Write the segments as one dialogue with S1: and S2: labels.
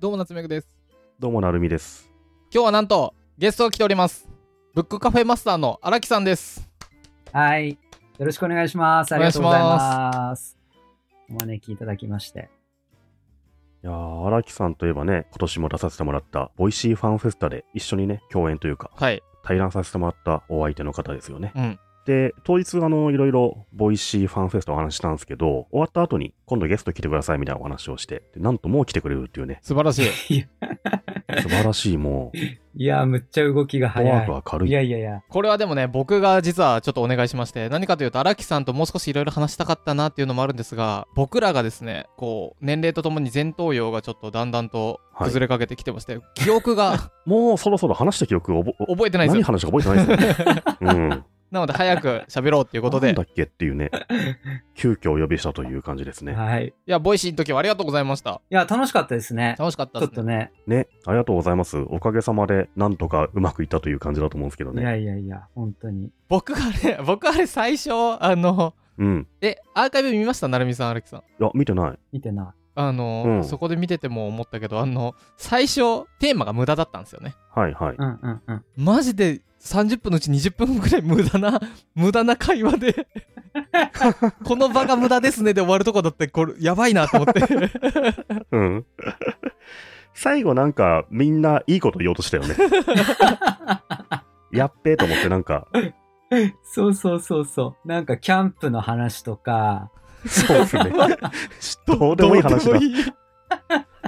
S1: どうも夏目くです
S2: どうもなるみです。
S1: 今日はなんとゲストが来ておりますブックカフェマスターの荒木さんです
S3: はい。よろしくお願いします。ありがとうございます。お招きいただきまして。
S2: いやー、荒木さんといえばね、今年も出させてもらった、ボイシーファンフェスタで一緒にね、共演というか、
S1: はい
S2: 対談させてもらったお相手の方ですよね。
S1: うん
S2: で、当日、あの、いろいろ、ボイシーファンフェスタお話ししたんですけど、終わった後に、今度ゲスト来てくださいみたいなお話をして、でなんともう来てくれるってい うね、
S1: 素晴らしい
S2: 素晴らしい、もう、
S3: いやー、むっちゃ動きが
S2: フォ
S3: 早
S2: ワー
S3: い。
S2: ク明る
S3: い
S2: い。
S3: やいやいや。
S1: これはでもね僕が実はちょっとお願いしまして何かというと荒木さんともう少しいろいろ話したかったなっていうのもあるんですが僕らがですねこう年齢とともに前頭葉がちょっとだんだんと崩れかけてきてまして、記憶が
S2: もうそろそろ話した記憶を覚え、
S1: 覚えてないん
S2: 何
S1: ですよ
S2: 話したか覚えてないですね。うん。
S1: なので早く喋ろうっていうこと
S2: な
S1: で
S2: んだっけっていうね、急遽お呼びしたという感じですね。
S3: はい。い
S1: いやボイシーの時はありがとうございました
S3: や、楽しかったですね。ち
S1: 楽しかった
S3: ょ
S1: で
S3: っ
S1: す
S3: と
S1: ね
S3: ね。
S2: ね、ありがとうございます。おかげさまで、なんとかうまくいったという感じだと思うんですけど
S3: い
S2: ね。
S3: やいやいや、本当に。
S1: 僕がね僕あれ最初あの
S2: うん。
S1: えアーカイブ見ましたなるみさん荒木さん
S2: いや、見てない。
S3: 見てな
S1: あの、
S2: うん
S1: そこで見てても思ったけどあの最初テーマが無駄だったんですよね
S2: はいはい
S3: い。。うんうんうん。
S1: マジで30分のうち20分ぐらい無駄な 無駄な会話で この場が無駄ですねで終わるとこだってこれやばいなと思って
S2: うん。最後なんか、みんないいこと言おうとした よね。やっべーと思って、なんか、
S3: そうそうそうそう。なんか、キャンプの話とか、
S2: そうです ね。どうでもいい話
S1: ど
S2: だ
S1: うで。もいい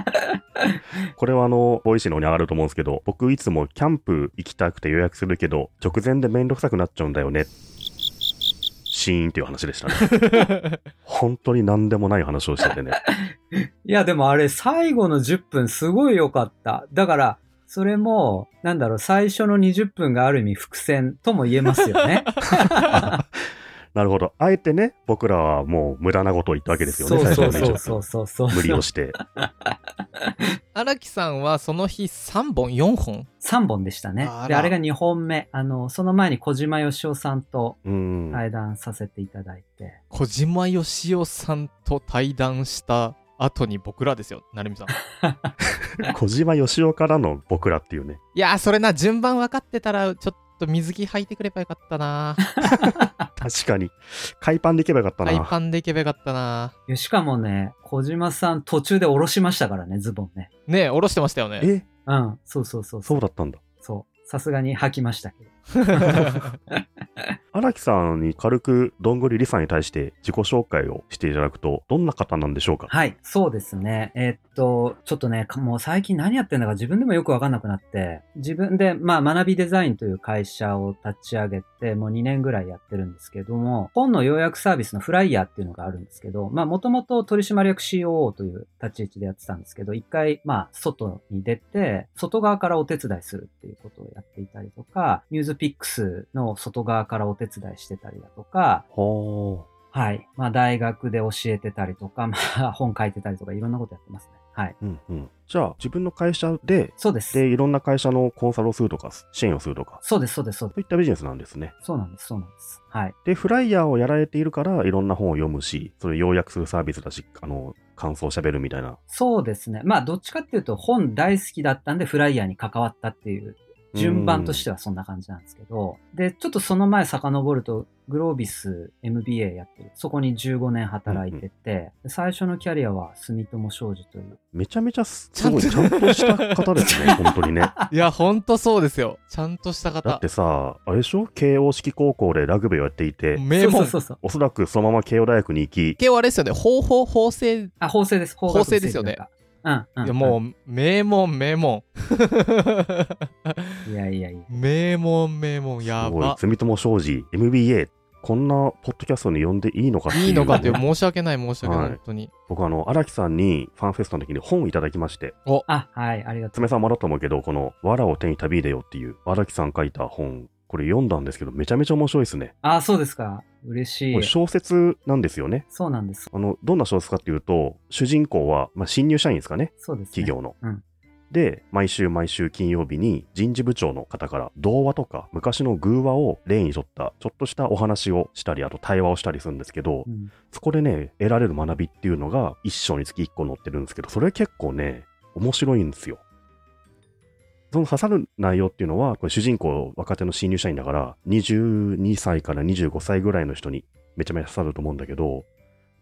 S2: これはあの、ボイシーの方に上がると思うんですけど、僕いつもキャンプ行きたくて予約するけど、直前でめんどくさくなっちゃうんだよね。シーンっていう話でしたね。 本当に何でもない話をしててね。
S3: いや、でもあれ、最後の10分すごい良かった。だから、それも、なんだろう、最初の20分がある意味伏線とも言えます よね。
S2: なるほど。あえてね、僕らはもう無駄なことを言ったわけですよね、
S3: そうそう
S2: 最初の
S3: そ
S2: ねちょ
S3: うそ
S2: っ
S3: うそうそう。
S2: と無理をして。
S1: 荒木さんはその日3本4本
S3: 3本でしたね
S1: あ。
S3: で、
S1: ら
S3: あれが2本目。あの、その前に小島よしおさんと
S2: うん。
S3: 対談させていただいて。
S1: 小島よしおさんと対談した後に僕らですよ成美さん
S2: 小島よしおからの僕らっていうね。
S1: いやーそれな順番分かってたらちょっと水着履いてくればよかったな
S2: 確かに。海パンでいけばよかった
S1: ハイ
S2: な。
S1: パンでいけばよかったない
S3: やしかもね、小島さん途中で下ろしましたからね、ズボンね。
S1: ねえ下ろしてましたよね
S2: え、
S3: うん、そうそうそう
S2: そう
S3: だ。
S2: だったんだ。
S3: そう。さすがに吐きましたけど。
S2: 荒木さんに軽く、どんぐりりさんに対して自己紹介をしていただくと、どんな方なんでしょうか
S3: はい、そうですね。えーっと、ちょっとね、かもう最近何やってんだか自分でもよくわかんなくなって、自分で、まあ、学びデザインという会社を立ち上げて、もう2年ぐらいやってるんですけども、本の要約サービスのフライヤーっていうのがあるんですけど、まあ、もともと取締役 COO という立ち位置でやってたんですけど、一回、まあ、外に出て、外側からお手伝いするっていうことをやっていたりとか、ニュースピックスの外側からお手伝いしてたりだとか、
S2: は
S3: はい。まあ、大学で教えてたりとか、まあ、本書いてたりとか、いろんなことやってますね。はい。
S2: あ。うんうん。じゃあ、自分の会社で、
S3: そうです。
S2: で、いろんな会社のコンサルをするとか、支援をするとか、
S3: そうです、そうです、そうです。
S2: そういったビジネスなんですね。
S3: そうなんです、そうなんです。はい。
S2: で、フライヤーをやられているから、いろんな本を読むし、それを要約するサービスだし、あの、感想を喋るみたいな。
S3: そうですね。まあ、どっちかっていうと、本大好きだったんで、フライヤーに関わったっていう、順番としてはそんな感じなんですけど、で、ちょっとその前遡ると、グロービス MBA やってる。そこに15年働いてて、で最初のキャリアは住友商事という。
S2: めちゃめちゃすすごい、ちゃんとした方ですね、本当にね。
S1: いや、ほんとそうですよ。ちゃんとした
S2: だ
S1: 方
S2: って。さ、あれでしょ慶応式高校でラグビーをやっていて、
S1: 名
S3: そう
S1: 門。
S3: そうそうそう。
S2: おそらくそのまま慶応大学に行き、
S1: 系はあれですよね。方法、法制。い
S3: あ、法制です。法学部
S1: 法制ですよね
S3: 制度だから。うん、うん。
S1: や、もう、名門、名門。
S3: うん。いやいやいや。
S1: 名門、名門。や
S2: すごい
S1: ば。
S2: 住友商事、MBA、こんなポッドキャストに呼んでいいのかっていう。
S1: いいのかという、
S2: ね
S1: 申し訳ない、申し訳ない、
S2: はい
S1: 本当に。
S2: 僕、あの、荒木さんにファンフェスタの時に本をいただきまして、
S3: あ、はい、ありがとう。
S2: 爪さんもらったと思うけど、この、藁を手に旅入れよっていう、荒木さん書いた本、これ読んだんですけど、めちゃめちゃ面白いですね。
S3: あ、そうですか。嬉しい
S2: これ。小説なんですよね。
S3: そうなんです。
S2: あの、どんな小説かっていうと、主人公は、まあ、新入社員ですかね。
S3: そうです、ね。
S2: 企業の。
S3: うん
S2: で、毎週毎週金曜日に人事部長の方から童話とか昔の偶話を例にとったちょっとしたお話をしたり、あと対話をしたりするんですけど
S3: う、ん。
S2: そこでね、得られる学びっていうのが一章につき一個載ってるんですけど、それ結構ね、面白いんですよ。その刺さる内容っていうのは、これ主人公、若手の新入社員だから、22歳から25歳ぐらいの人にめちゃめちゃ刺さると思うんだけど、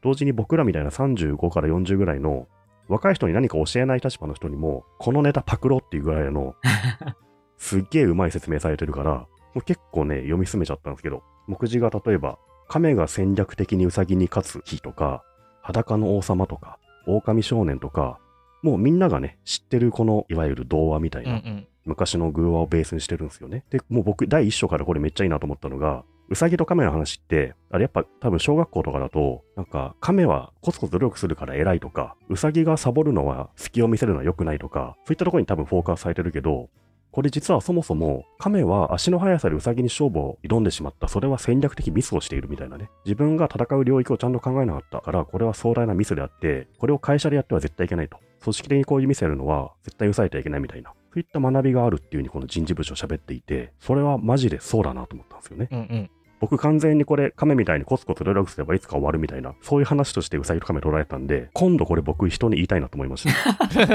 S2: 同時に僕らみたいな35から40ぐらいの若い人に何か教えない立場の人にも、このネタパクロっていうぐらいの、すっげえうまい説明されてるから、もう結構ね、読み進めちゃったんですけど、目次が例えば、亀が戦略的にウサギに勝つ日とか、裸の王様とか、狼少年とか、もうみんながね、知ってるこの、いわゆる童話みたい
S1: うんう。
S2: なん昔の偶話をベースにしてるんですよね。で、もう僕、第一章からこれめっちゃいいなと思ったのが、うさぎと亀の話って、あれやっぱ多分小学校とかだと、なんか亀はコツコツ努力するから偉いとか、うさぎがサボるのは隙を見せるのは良くないとか、そういったところに多分フォーカスされてるけど、これ実はそもそも亀は足の速さでうさぎに勝負を挑んでしまった。それは戦略的ミスをしているみたいなね。自分が戦う領域をちゃんと考えなかったから、これは壮大なミスであって、これを会社でやっては絶対いけないと。組織的にこういうミスやるのは絶対抑えてはいけないみたいな。そういった学びがあるっていうふうにこの人事部長喋っていて、それはマジでそうだなと思ったんですよね。
S1: うんうん。
S2: 僕完全にこれ亀みたいにコツコツ努力すればいつか終わるみたいな、そういう話としてウサギと亀捉えたんで、今度これ僕人に言いたいなと思い ました。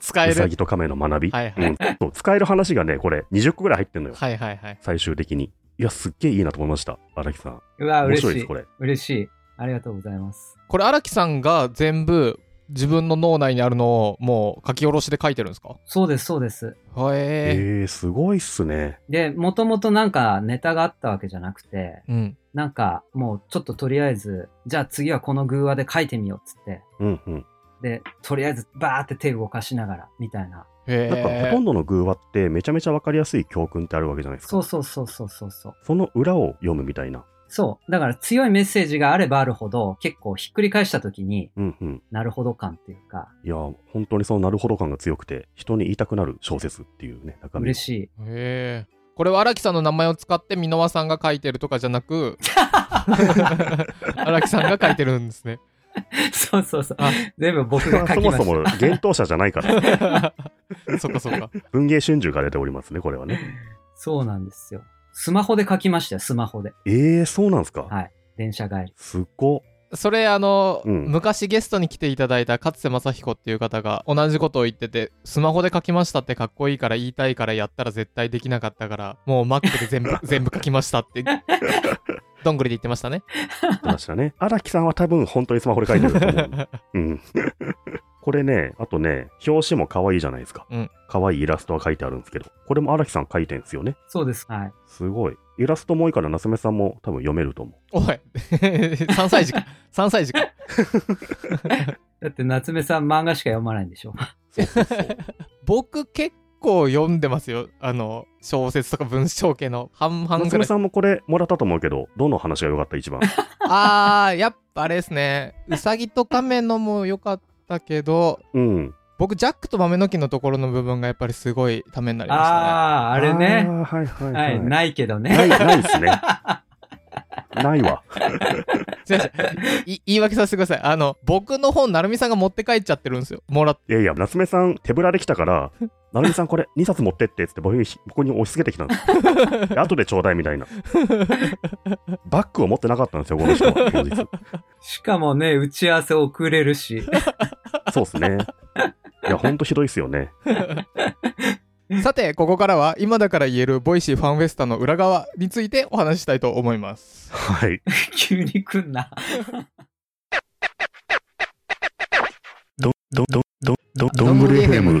S1: 使え
S2: ウ
S1: る
S2: サ。ギと亀の学び。
S1: はいはい
S2: うんそう使える話がね、これ20個ぐらい入ってんのよ。
S1: はいはいはい。
S2: 最終的に。いや、すっげえいいなと思いました。荒木さん。
S3: うわ、
S2: 面
S3: 嬉
S2: 白い
S3: し
S2: で
S3: い
S2: す、こ。れ。
S3: 嬉しい。ありがとうございます。
S1: これ荒木さんが全部自分の脳内にあるのをもう書き下ろしで書いてるんですか
S3: そうです、そうです。
S2: え
S1: へえ。
S2: ー、すごいっすね。
S3: で、もともとなんかネタがあったわけじゃなくて、
S1: うん。
S3: なんかもうちょっととりあえず、じゃあ次はこの偶話で書いてみようっつって、
S2: うんうん。
S3: で、とりあえずバーって手動かしながら、みたいな。
S1: へ
S2: なんか、ほと
S1: え
S2: ん。どの偶話ってめちゃめちゃわかりやすい教訓ってあるわけじゃないですか。
S3: そうそうそうそうそうそう。
S2: その裏を読むみたいな。
S3: そう。だから強いメッセージがあればあるほど、結構ひっくり返した時に、
S2: うんうん。
S3: なるほど感っていうか、
S2: いや、本当にそのなるほど感が強くて、人に言いたくなる小説っていうね、中身。
S3: 嬉しい。
S1: へえ。これは荒木さんの名前を使って箕輪さんが書いてるとかじゃなく荒木さんが書いてるんですね。
S3: そうそうそう
S1: あ。
S3: 全部僕
S2: まあ
S3: が書
S2: そ
S3: き
S2: も
S3: ま
S2: そ
S3: し
S2: も、幻冬者じゃない から。
S1: そっかそっか。
S2: 文芸春秋が出ておりますね、これはね。
S3: た。そうなんですよ。スマホで書きましたよ、スマホで。
S2: えー、そうなんですか。
S3: はい電車帰り。
S2: すっご。
S1: それあの、
S2: うん
S1: 昔ゲストに来ていただいた勝瀬正彦っていう方が同じことを言っててスマホで書きましたってかっこいいから言いたいからやったら絶対できなかったからもう Mac で全 部全部書きましたってどんぐりで言ってましたね
S2: ましたね。荒木さんは多分本当にスマホで書いてると思う。うん。これね、あとね、表紙も可愛いじゃないですか
S1: うん。
S2: 可愛いイラストが書いてあるんですけど、これも荒木さん書いてんすよね。
S3: そうです。はい。
S2: すごい。イラストも多いから、夏目さんも多分読めると思
S1: おい 3歳児か3歳児か
S3: だって夏目さん漫画しか読まないんでしょ。
S2: う。そうそうそう。
S1: 僕結構読んでますよあの小説とか文章系の半々ぐ
S2: 夏
S1: ら
S2: 目
S1: い
S2: さんもこれもらったと思うけど、どの話が良かった一番。
S1: あーやっぱあれですねうさぎと亀のも良かったけど
S2: うん。
S1: 僕ジャックと豆の木のところの部分がやっぱりすごいためになりましたね
S3: ああー、あれね。
S2: ーはいはい
S3: は、
S2: はいい。
S3: ないけど
S2: ない、
S3: ね。
S2: ないですね。ないわ。
S1: すいませんい言い訳させてくださいあの僕の本なるみさんが持って帰っちゃってるんですよもらっ
S2: いやいや、夏目さん手ぶらできたから、なるみさんこれ2冊持ってってっつって僕にここに押し付けてきたんですよ。後でちょうだいみたいな。バッグを持ってなかったんですよ、この人は。当日
S3: しかもね、打ち合わせ遅れ るし。
S2: そうですね。いや、ほんとひどいっすよね。
S1: さてここからは今だから言えるボイシーファンフェスタの裏側についてお話ししたいと思います
S2: はい。
S3: 急に来んな。
S2: ど、ど、ど、ど、
S1: どんぐり FM
S2: FM。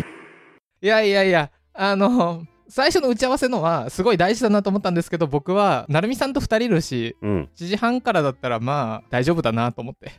S1: いやいやいやあの最初の打ち合わせのはすごい大事だなと思ったんですけど僕はなるみさんと2人いるし
S2: うん。
S1: 1時半からだったらまあ大丈夫だなと思って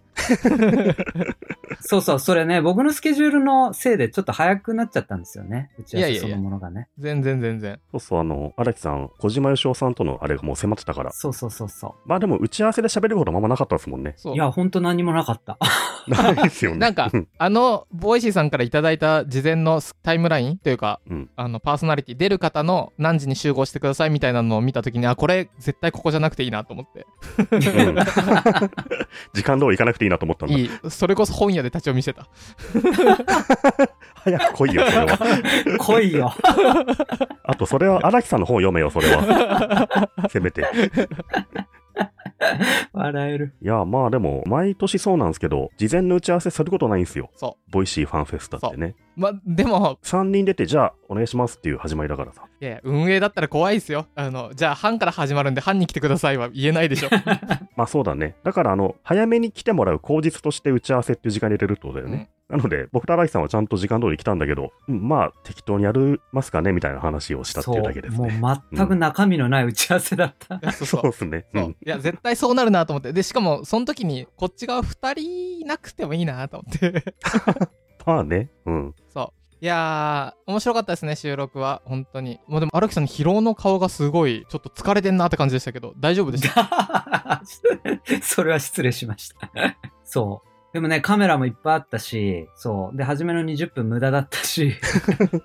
S3: そうそう、それね、僕のスケジュールのせいでちょっと早くなっちゃったんですよね。打ち合
S1: い
S3: わせ
S1: やい
S3: そ
S1: やいや
S3: のものがね。
S1: 全然全然。
S2: そうそう、あの、荒木さん、小島よしおさんとのあれがもう迫ってたから。
S3: そうそうそうそ。
S2: まあでも、打ち合わせで喋ることままなかったですもんね
S1: そうう
S3: いや、ほんと何もなかった。
S2: ないですよね。
S1: なんか
S2: う、
S1: あの、ボイシーさんからいただいた事前のタイムラインというか、
S2: うん
S1: あの、パーソナリティ、出る方の何時に集合してくださいみたいなのを見たときに、あ、これ絶対ここじゃなくていいなと思って、
S2: うん時間通り行かなくていいなと思ったんだ。
S1: いい、それこそ本屋で立ち読みしてた。
S2: 早く来いよ、それは。
S3: 来いよ。
S2: あと、それは荒木さんの本読めよ、それは。せめて。
S3: 笑える。
S2: いや、まあでも、毎年そうなんですけど、事前の打ち合わせすることないんですよ。
S1: そ
S2: ボイシーファンフェスタってね。
S1: う。ま、でも、
S2: 3人出て、じゃあ、お願いしますっていう始まりだからさ。
S1: いやいや運営だったら怖いですよ。あの、じゃあ、班から始まるんで、班に来てくださいは言えないでしょ。
S2: まあそうだね。だから、あの、早めに来てもらう口実として打ち合わせっていう時間に入れるってことだよね。なので、僕と荒木さんはちゃんと時間通り来たんだけど、うんまあ適当にやりますかねみたいな話をしたっていうだけです
S3: も
S2: ね。
S3: う全く中身のない打ち合わせだった。
S1: そう
S2: そ
S1: そうう
S2: で。すね。う。
S1: そうんいや絶対そうなるなと思ってでしかもその時にこっち側2人いなくてもいいなと思って
S2: まあね。 うん。
S1: そういやー面白かったですね収録は本当にもうでも荒木さんの疲労の顔がすごいちょっと疲れてんなって感じでしたけど大丈夫で した
S3: それは失礼しました。そう。でもね、カメラもいっぱいあったし、そう。で、初めの20分無駄だったし。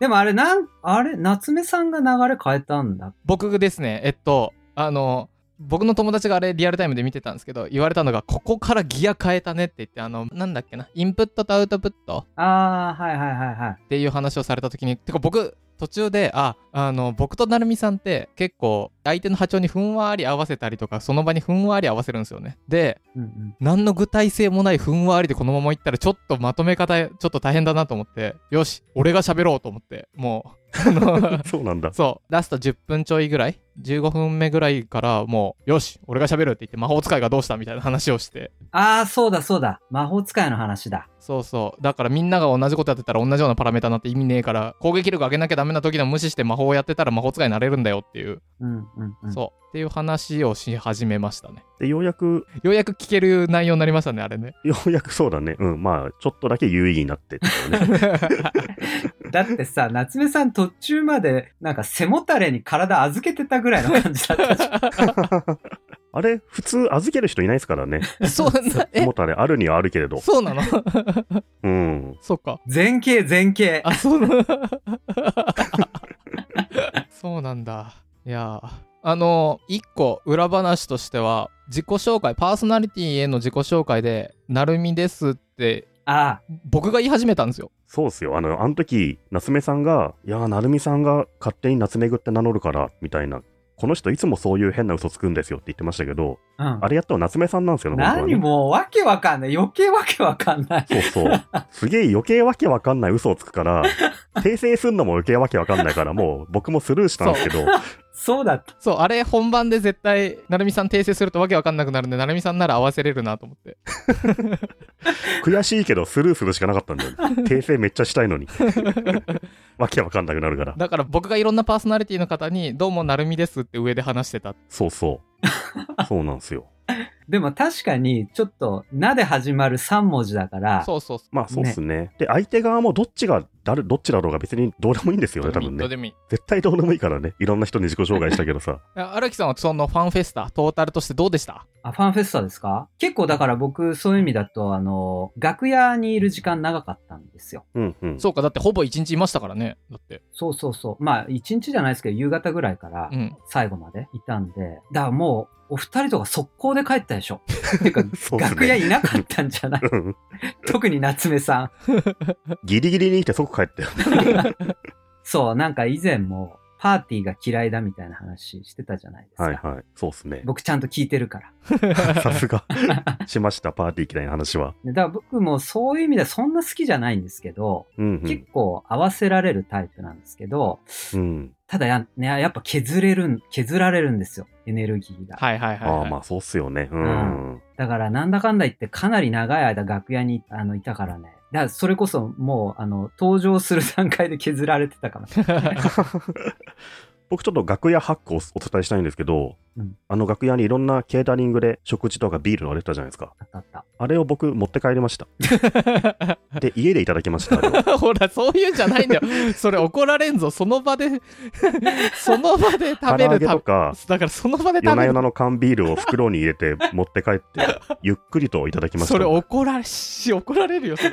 S3: でもあれ、なん、あれ、夏目さんが流れ変えたんだ。
S1: 僕ですねえっとあの僕の友達があれリアルタイムで見てたんですけど言われたのがここからギア変えたねって言ってあのなんだっけなインプットとアウトプット
S3: ああ、はいはいはいはい。
S1: っていう話をされた時にてか僕途中でああの僕と成美さんって結構相手の波長にふんわり合わせたりとかその場にふんわり合わせるんですよねで
S3: うんうん。
S1: 何の具体性もないふんわりでこのままいったらちょっとまとめ方ちょっと大変だなと思ってよし俺が喋ろうと思ってもうあ の
S2: そうなんだ。
S1: そうラスト10分ちょいぐらい15分目ぐらいからもうよし俺が喋るって言って魔法使いがどうしたみたいな話をして
S3: ああ、そうだそうだ。魔法使いの話だ。
S1: そうそうだからみんなが同じことやってたら同じようなパラメーターなんて意味ねえから攻撃力上げなきゃダメな時でも無視して魔法をやってたら魔法使いになれるんだよっていう、
S3: うんうんうん。
S1: そうっていう話をし始めましたね
S2: で、ようやく、
S1: ようやく聞ける内容になりましたねあれね
S2: ようやくそうだね。うん。まあ、ちょっとだけ有意義になってってい うね
S3: だってさ、夏目さん途中まで、なんか背もたれに体預けてたぐらいの感じだった じゃん。
S2: あれ、普通預ける人いないですからね。
S1: そうなえ
S2: もたれあるにはあるけれど。
S1: そうな の
S2: うん。
S1: そっか
S3: 前傾前傾。
S1: あそう なそうなんだいやーあの1個裏話としては自己紹介パーソナリティへの自己紹介で「なるみです」って
S3: あ
S1: 僕が言い始めたんですよ
S2: そうっすよ。あの、あの時、夏目さんが、いやー、なるみさんが勝手に夏目ぐって名乗るから、みたいな。この人いつもそういう変な嘘つくんですよって言ってましたけど、
S3: あ、
S2: あれやったの夏目さんなんです
S3: う
S2: よ
S3: ん。
S2: ね、本当はね
S3: 何もうわけわかんない。余計わけわかんない。
S2: そうそう。すげえ余計わけわかんない嘘をつくから、訂正すんのも余計わけわかんないから、もう僕もスルーしたんですけど、
S3: そうだった。
S1: そう、あれ本番で絶対、なるみさん訂正するとわけわかんなくなるんで、なるみさんなら合わせれるなと思 って。
S2: 悔しいけどスルーするしかなかったんだよ。訂正めっちゃしたいのに。わけわかんなくなるから。
S1: だから僕がいろんなパーソナリティの方に、どうもなるみですって上で話してた。
S2: そうそう。そうなんですよ。
S3: でも確かに、ちょっと、なで始まる3文字だから、
S1: そうそうそう。
S2: まあそうっすね。で、相手側もどっちが誰、どっちだろうが別にどうでもいいんですよね、多分
S1: どう
S2: ね。
S1: でもいい。
S2: 絶対どうでもいいからね。いろんな人に自己紹介したけどさ。
S1: あ荒木さんはそのファンフェスタ、トータルとしてどうでした
S3: あ、ファンフェスタですか結構だから僕、そういう意味だと、あの、楽屋にいる時間長かったんですよ。
S2: うんうん。
S1: そうか、だってほぼ一日いましたからね。だって。
S3: そうそうそう。まあ、1日じゃないですけど、夕方ぐらいから
S1: う、ん。
S3: 最後までいたんで、だからもう、お二人とか速攻で帰ったで しょ。ていうか、
S2: そうっすね
S3: 楽屋いなかったんじゃない
S2: うん
S3: 特に夏目さん。
S2: ギリギリに来て即帰ったよ。
S3: そう、なんか以前も、パーティーが嫌いだみたいな話してたじゃないですか。
S2: はいはい。そうっすね。
S3: 僕ちゃんと聞いてるから。
S2: さすが。しました、パーティー嫌いな話は。
S3: でだから僕もそういう意味ではそんな好きじゃないんですけど、
S2: うんうん。
S3: 結構合わせられるタイプなんですけど、
S2: うん。
S3: ただや,、ね、やっぱ削れるん、削られるんですよ。エネルギーが。
S1: はいはいはい、
S2: ああ、
S1: はい。
S2: まあそうっすよね。う
S3: うん
S2: ん。
S3: だからなんだかんだ言ってかなり長い間楽屋にあのいたからね。だからそれこそもうあの登場する段階で削られてたかもしれない。
S2: 僕ちょっと楽屋発行をお伝えしたいんですけど、
S3: うん
S2: あの楽屋にいろんなケータリングで食事とかビールが出てたじゃないですか。
S3: あったあった。
S2: あれを僕持って帰りました。で、家でいただきました。あれ を
S1: ほら、そういうんじゃないんだよ。それ怒られんぞ。その場で、その場で食
S2: 唐
S1: べ
S2: 揚
S1: る
S2: げと
S1: 食
S2: か、
S1: だからその場で
S2: 夜
S1: 食
S2: な
S1: べる
S2: 夜なの缶ビールを袋に入れて持って帰って、ゆっくりといただきました。
S1: それ怒られし怒られる よそれ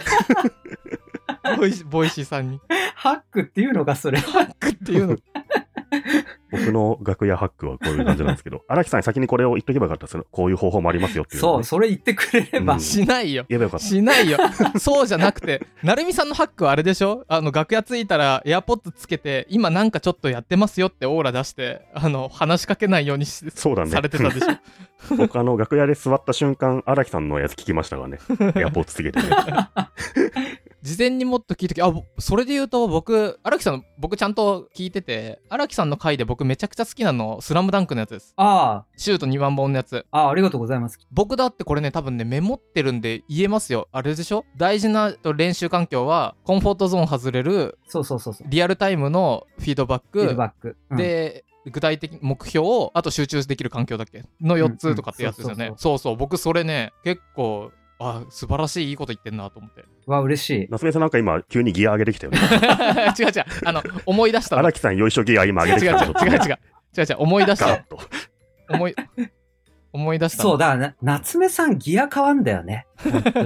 S1: ボイシボイシーさんに
S3: ハックっていうのがそれ。
S1: ハックって いうの
S2: 僕の楽屋ハックはこういう感じなんですけど、荒木さんに先にこれを言っとけばよかったですよこういう方法もありますよっていうの
S3: そ
S2: をね、
S3: う、それ言ってくれれば。
S2: うん
S1: しないよ
S2: 言えばよかった。
S1: しないよそうじゃなくて成美さんのハックはあれでしょあの楽屋着いたらエアポッドつけて今なんかちょっとやってますよってオーラ出してあの話しかけないようにし
S2: そうだね。
S1: されてたで しょ
S2: 僕あ の楽屋で座った瞬間荒木さんのやつ聞きましたからねエアポーツつけてね
S1: 事前にもっと聞いてきあぼそれで言うと僕荒木さん僕ちゃんと聞いてて荒木さんの回で僕めちゃくちゃ好きなの「スラムダンクのやつです
S3: あ
S1: シュート2万本のやつ
S3: あ、ああ、ありがとうございます。
S1: 僕だってこれね多分ねメモってるんで言えますよあれでしょ大事なと練習環境はコンフォートゾーン外れる
S3: そうそうそうそう。
S1: リアルタイムのフィードバック
S3: フィードバック。うん、
S1: で具体的目標をあと集中できる環境だっけの4つとかってやつですよね、
S3: うんうん
S1: そうそう僕それね結構あ素晴らしいいいこと言ってんなと思って
S3: わ、嬉しい。
S2: 夏目さんなんか今、急にギア上げてきたよね。
S1: 違う違うあの思い出したの違
S2: 荒木さん、よいしょギア今
S1: う
S2: 上
S1: 違
S2: げ
S1: う
S2: てきたけど。
S1: 違う違う違う違う違う思い出し
S2: ガ
S1: た
S2: ッと。
S1: 思い思い出したの
S3: そう、だからな、夏目さんギア変わんだよ ね。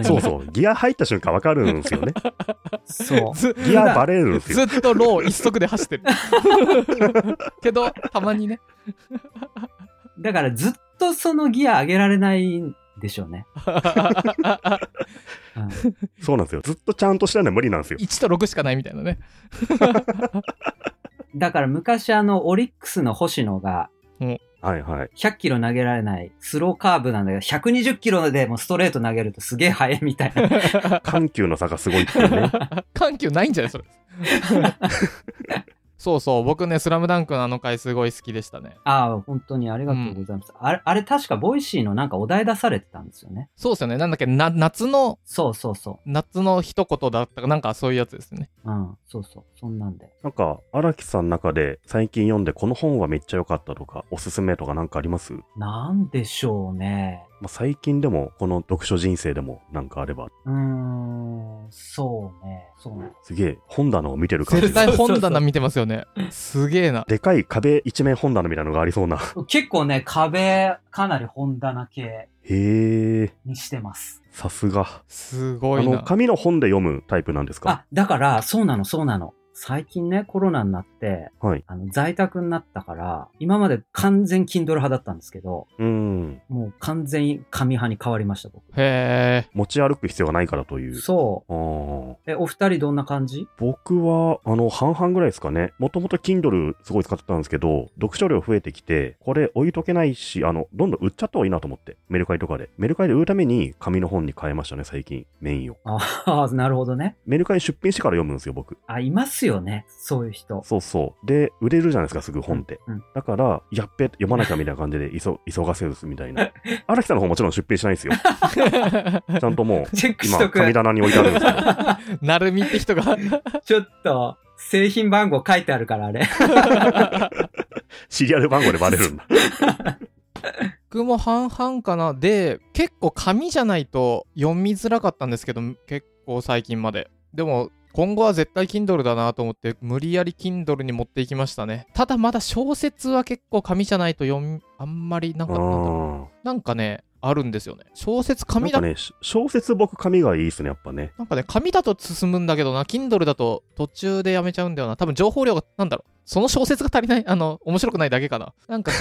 S2: そうそう。ギア入った瞬間わかるんですよ ね。
S3: う。そう。
S1: ず
S2: ギアバレるんですよ。
S1: ずっとロー一足で走 ってるけどたまにね
S3: だからずっとそのギア上げられないんでしょうね。うん
S2: そうなんですよ。ずっとちゃんとしたのは無理なんですよ。
S1: 1と6しかないみたいなね
S3: だから昔あの、オリックスの星野が、
S2: はいはい。
S3: 100キロ投げられないスローカーブなんだけど、120キロでもストレート投げるとすげえ速いみたい な。
S2: 緩急の差がすごいっていうね。
S1: 緩急ないんじゃ ないそれそうそう僕ね「スラムダンクのあの回すごい好きでしたね
S3: ああ、本当にありがとうございます。あれ、あれ確かボイシーのなんかお題出されてたんですよね。
S1: そうですよねなんだっけな夏の
S3: そうそうそ
S1: 夏の一言だったかなんかそういうやつですね
S3: う。うん、そうそう。そんなんで。
S2: なんか、荒木さんの中で最近読んでこの本はめっちゃ良かったとか、おすすめとかなんかあります、ま
S3: なんでしょうね。
S2: あ、最近でも、この読書人生でもなんかあれば、
S3: うーん、そうね。そうね。
S2: すげえ本棚を見てる感じ
S1: 絶
S2: が
S1: 対本棚見てますよねすげえな
S2: でかい壁一面本棚みたいなのがありそうな。
S3: 結構ね、壁、かなり本棚系
S2: へえ、
S3: にしてます。
S2: さすが。
S1: す
S2: あ
S1: ごい
S2: の、
S1: な
S2: 紙の本で読むタイプなんですか
S3: あ、だから、そうなの、そうなの。最近ね、コロナになって、
S2: はい
S3: あの在宅になったから、今まで完全 Kindle 派だったんですけど、
S2: うん。
S3: もう完全に紙派に変わりました、僕。
S1: へえ
S2: 持ち歩く必要がないからという。
S3: そ
S2: あー
S3: う。え、お二人どんな感じ
S2: 僕は、あの、半々ぐらいですかね。もともと Kindle すごい使ってたんですけど、読書量増えてきて、これ置いとけないし、あの、どんどん売っちゃった方がいいなと思って。メルカリとかで。メルカリで売るために紙の本に変えましたね、最近。メインを。
S3: ああ、なるほどね。
S2: メルカリ出品してから読むんですよ、僕。
S3: あ、いますよね。そういう人。
S2: そうそう。で、売れるじゃないですか、すぐ本って。
S3: うんうん
S2: だから、やっべ、読まなきゃみたいな感 じで、急、急がせるみたいな。荒木さんの方もちろん出品しないんですよ。ち ゃんともう、
S3: チェックし
S2: 今、
S3: とく。
S2: 神棚に置いてあるん ですけ ど。
S1: なるみって人が
S3: ちょっと、製品番号書いてあるから、あれ。
S2: シリアル番号でバレ るんだ。
S1: 僕も半々かなで結構紙じゃないと読みづらかったんですけど結構最近まででも今後は絶対 Kindle だなと思って無理やり Kindle に持っていきましたねただまだ小説は結構紙じゃないと読みあんまりなん
S2: う
S1: かなんだろ
S2: ん。
S1: うなんかねあるんですよね小説
S2: な
S1: 紙
S2: ん
S1: だ
S2: か
S1: なんか,、
S2: ね、し小説僕紙がいいですね、やっぱね。
S1: ね紙だと進むんだけどな Kindle だと途中でやめちゃうんだよな多分情報量がなんだろうその小説が足りないあの面白くないだけかななんか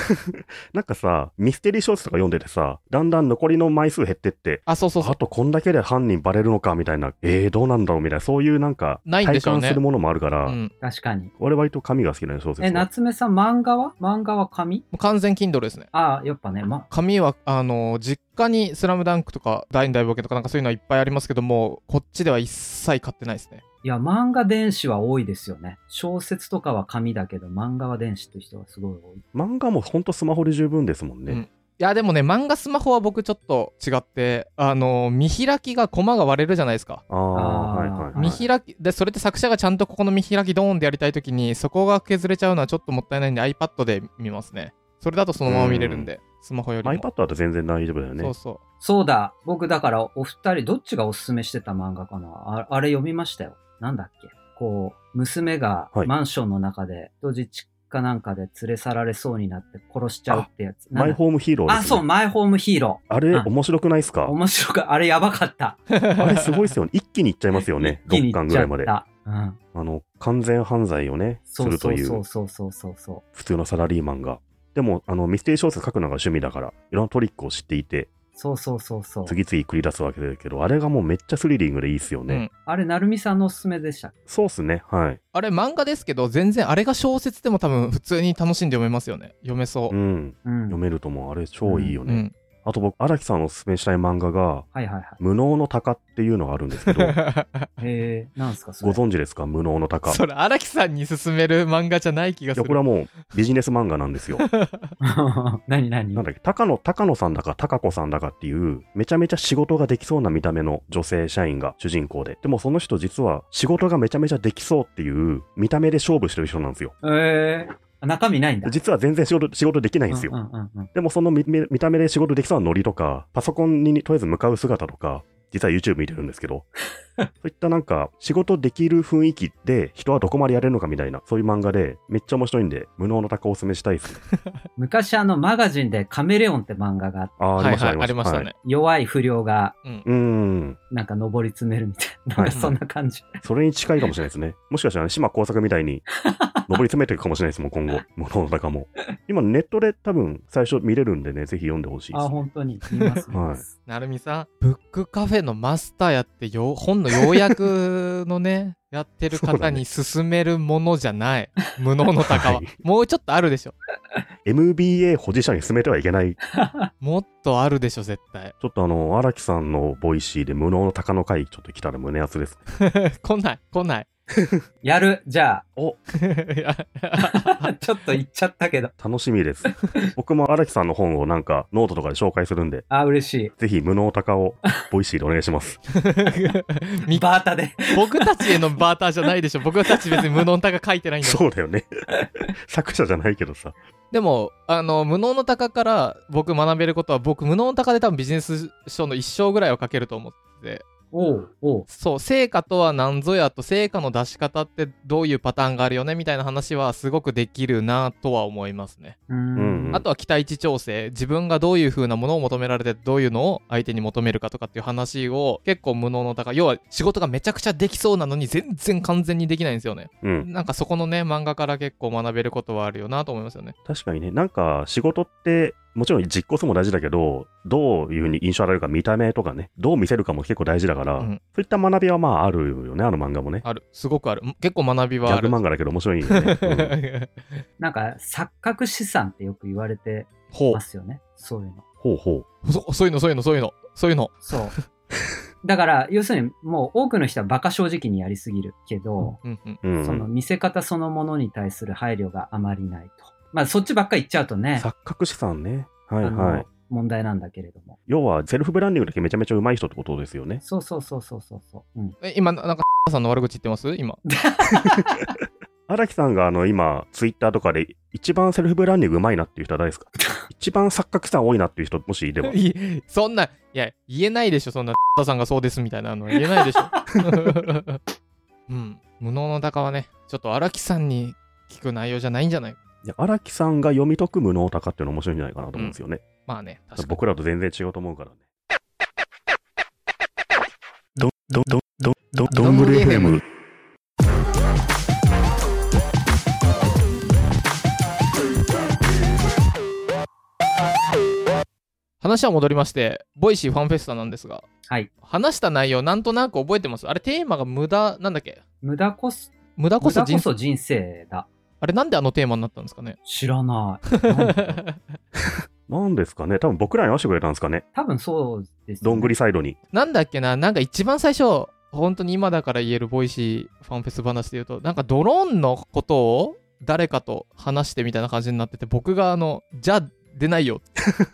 S2: なんかさ、ミステリー小説とか読んでてさ、だんだん残りの枚数減ってって、
S1: あそうそうそう
S2: あとこんだけで犯人バレるのかみたいな、えー、どうなんだろうみたいな、そういうなんか、
S1: ないんで
S2: 体
S1: しょうね
S2: 感するものもあるから、
S1: うん、も
S3: 確かに。
S2: 俺割と紙が好きなのよ小説は。
S3: え、夏目さん、漫画は漫画は紙
S1: う完全 Kindle ですね
S3: ああ、やっぱね、ま、
S1: 紙はあの実家に「スラムダンクとか「大の大冒険」とかなんかそういうのはいっぱいありますけどもこっちでは一切買ってないですね
S3: いや、漫画電子は多いですよね。小説とかは紙だけど、漫画は電子っていう人がすごい多い。
S2: 漫画もほんとスマホで十分ですもんね。
S1: うんいやでもね漫画スマホは僕ちょっと違ってあの見開きがコマが割れるじゃないですか
S2: ああ、
S3: あ
S2: はい
S3: ー
S2: はい、はい
S1: 見。開きでそれって作者がちゃんとここの見開きドーンでやりたい時にそこが削れちゃうのはちょっともったいないんで iPad で見ますねそれだとそのまま見れるんでスマホよりも
S2: iPad だと全然大丈夫だよね
S1: そう。 そう
S3: そうだ、僕だからお二人、どっちがおすすめしてた漫画かなああれ読みましたよ。なんだっけこう、娘が
S2: はい
S3: マンションの中で、人質かなんかで連れ去られそうになって殺しちゃうってやつ。なん
S2: マイ
S3: だ
S2: ホームヒーローです、ね。
S3: あ、そう、マイホームヒーロ
S2: あれ、
S3: うん
S2: 面白くないです
S3: ー。
S2: か
S3: 面白か、あれやばかった。
S2: あれすごいですよね。一気にいっちゃいますよね。
S3: 一気
S2: 6
S3: に行っ
S2: 巻
S3: ち
S2: ぐ
S3: ゃ
S2: ら
S3: っ
S2: いまで。あ
S3: た。うん。
S2: の、完全犯罪をね、す
S3: そう
S2: る
S3: そ
S2: と
S3: う
S2: いう。
S3: そうそうそうそうそう。
S2: 普通のサラリーマンが。でも、あの、ミステリー小説書くのが趣味だから、いろんなトリックを知っていて、
S3: そうそうそうそう。
S2: 次々繰り出すわけだけど、あれがもうめっちゃスリリングでいいっすよね。
S1: うん
S3: あれ、なるみさんのおすすめでした。
S2: そうっすね、はい。
S1: あれ漫画ですけど全然あれが小説でも多分普通に楽しんで読めますよね読めそうう、
S2: ん。
S3: うん
S2: 読。めるともう、あれ超いいよ
S1: う
S2: ね。
S1: ん、
S2: あと僕、荒木さんのおすすめしたい漫画が、
S3: はいはいは
S2: 無能の鷹っていうのがあるんで すけど、
S3: い。へえ、なんすかそ
S2: ご
S3: れ。
S2: 存知ですか無能の鷹。い
S1: それ荒木さんに勧める漫画じゃない気がす
S2: や、これ
S1: る
S2: はもうビジネス漫画なんですよ。
S3: 何何
S2: なんだっけ、高野、高野さんだか、高子さんだかっていう、めちゃめちゃ仕事ができそうな見た目の女性社員が主人公で、でもその人実は仕事がめちゃめちゃできそうっていう見た目で勝負してる人なんですよ。
S3: えー、中身ないんだ。
S2: 実は全然仕事、仕事できないんですよ。
S3: うんうんうんうん
S2: でもその見見見た目で仕事できそうなノリとか、パソコンにとりあえず向かう姿とか、実は YouTube 見てるんで すけど、そういったなんか仕事できる雰囲気で人はどこまでやれるのかみたいな、そういう漫画でめっちゃ面白いんで、無能の鷹をおすすめしたいですね。
S3: 昔あのマガジンでカメレオンって漫画があって
S2: あー、ありました、
S1: はいはいありましたね、。
S3: 弱い不良が
S2: うーん。
S3: なんか上り詰めるみたいな、な
S2: は
S3: ん
S2: い
S3: かそんな感じ。
S2: それに近いかもしれないですね。もしかしたら島工作みたいに、上り詰めていくかもしれないですもん、今後。無能の鷹も。今ネットで多分最初見れるんでね、ぜひ読んでほしいで
S3: あ、
S2: す。
S3: 本当に。見ます、見ます。
S1: なるみさんブックカフェのマスターやってよ本の要約の ねやってる
S2: そう
S1: 方
S2: だね
S1: に勧めるものじゃない、無能の鷹は、
S2: はい
S1: もうちょっとあるでしょ
S2: MBA 保持者に進めてはいけない
S1: もっとあるでしょ絶対
S2: ちょっとあの、荒木さんのボイシーで無能の鷹の会ちょっと来たら胸熱ですね。
S1: 来ない来ない
S3: やる、じゃ
S1: いや
S3: あ。 ちょっと言っちゃったけど。
S2: 楽しみです。僕も荒木さんの本をなんかノートとかで紹介するんで、
S3: あ、嬉し
S2: ぜひ無能鷹をボイシーでお願いします。
S3: い。
S1: み
S3: バータで。
S1: 僕たちへのバーターじゃないでしょ僕たち別に無能の鷹書いてないんだから
S2: そうだよね。作者じゃないけどさ。
S1: でもあの無能の鷹から僕学べることは僕無能の鷹で多分ビジネス書の一生ぐらいは書けると思ってて
S3: おう、おう。
S1: そう成果とは何ぞやと成果の出し方ってどういうパターンがあるよねみたいな話はすごくできるなとは思いますね、
S3: うーん
S2: うん
S1: あとは期待値調整自分がどういう風なものを求められてどういうのを相手に求めるかとかっていう話を結構無能の鷹要は仕事がめちゃくちゃできそうなのに全然完全にできないんですよね
S2: うん。
S1: なんかそこのね漫画から結構学べることはあるよなと思いますよね
S2: 確かにね、なんか仕事って、もちろん実行性も大事だけど、どういうふうに印象を与えるか、見た目とかね、どう見せるかも結構大事だから、
S1: うん
S2: そういった学びはまああるよね、あの漫画もね。
S1: あるすごくある結構学び
S2: ギ
S1: はあ
S2: ャグ
S1: る
S2: 漫画だけど面白いよね。うん
S3: なんか、錯覚資産ってよく言われて
S1: ほ
S3: ますよね。そういうの。
S2: ほうほう。
S1: うそそういうのそういうのそういうのそういうの
S3: そう。だから、要するに、もう多くの人は馬鹿正直にやりすぎるけど、
S1: うんうん
S2: うんうん
S3: その見せ方そのものに対する配慮があまりないと。まあ、そっちばっかり言っちゃうとね、
S2: 錯覚資産ね。は
S3: あ
S2: いは
S3: の
S2: い。
S3: 問題なんだけれども。
S2: 要は、セルフブランディングだけめちゃめちゃ上手い人ってことですよね。
S3: そうそうそうそうそうそう。うん。
S1: え今ななんかさんの悪口言ってます今
S2: 荒木さんがあの今、ツイッターとかで一番セルフブランディング上手いなっていう人は誰ですか一番錯覚資産多いなっていう人、もしいれば。
S1: いそんないや言えないでしょそんなさんがそうですみたいなの言えないでしょ うん無能の鷹はねちょっと荒木さんに聞く内容じゃないんじゃない
S2: いや荒木さんが読み解く無能高っていうの面白いんじゃないかなと思うんですよね。
S1: まあね確かに
S2: 僕らと全然違うと思うからね。ど、ど、ど、ど、ど、
S1: どんぐり FM。話は戻りましてボイシーファンフェスタなんですが
S3: はい。
S1: 話した内容なんとなく覚えてますあれテーマが無駄なんだっけ
S3: 無駄こそ、
S1: 無駄こ
S3: 無
S1: そ
S3: 駄
S1: 人
S3: こ
S1: 生
S3: そ人生だ。
S1: あれなんであのテーマになったんですかね
S3: 知らない。なんだ
S2: なんですかね多分僕らに合わせてくれたんですかね
S3: 多分そうです、
S2: どんぐ
S3: り。
S2: りサイドに。
S1: なんだっけな、なんか一番最初、本当に今だから言えるボイシーファンフェス話で言うと、なんかドローンのことを誰かと話してみたいな感じになってて、僕があの、じゃあ出ないよ。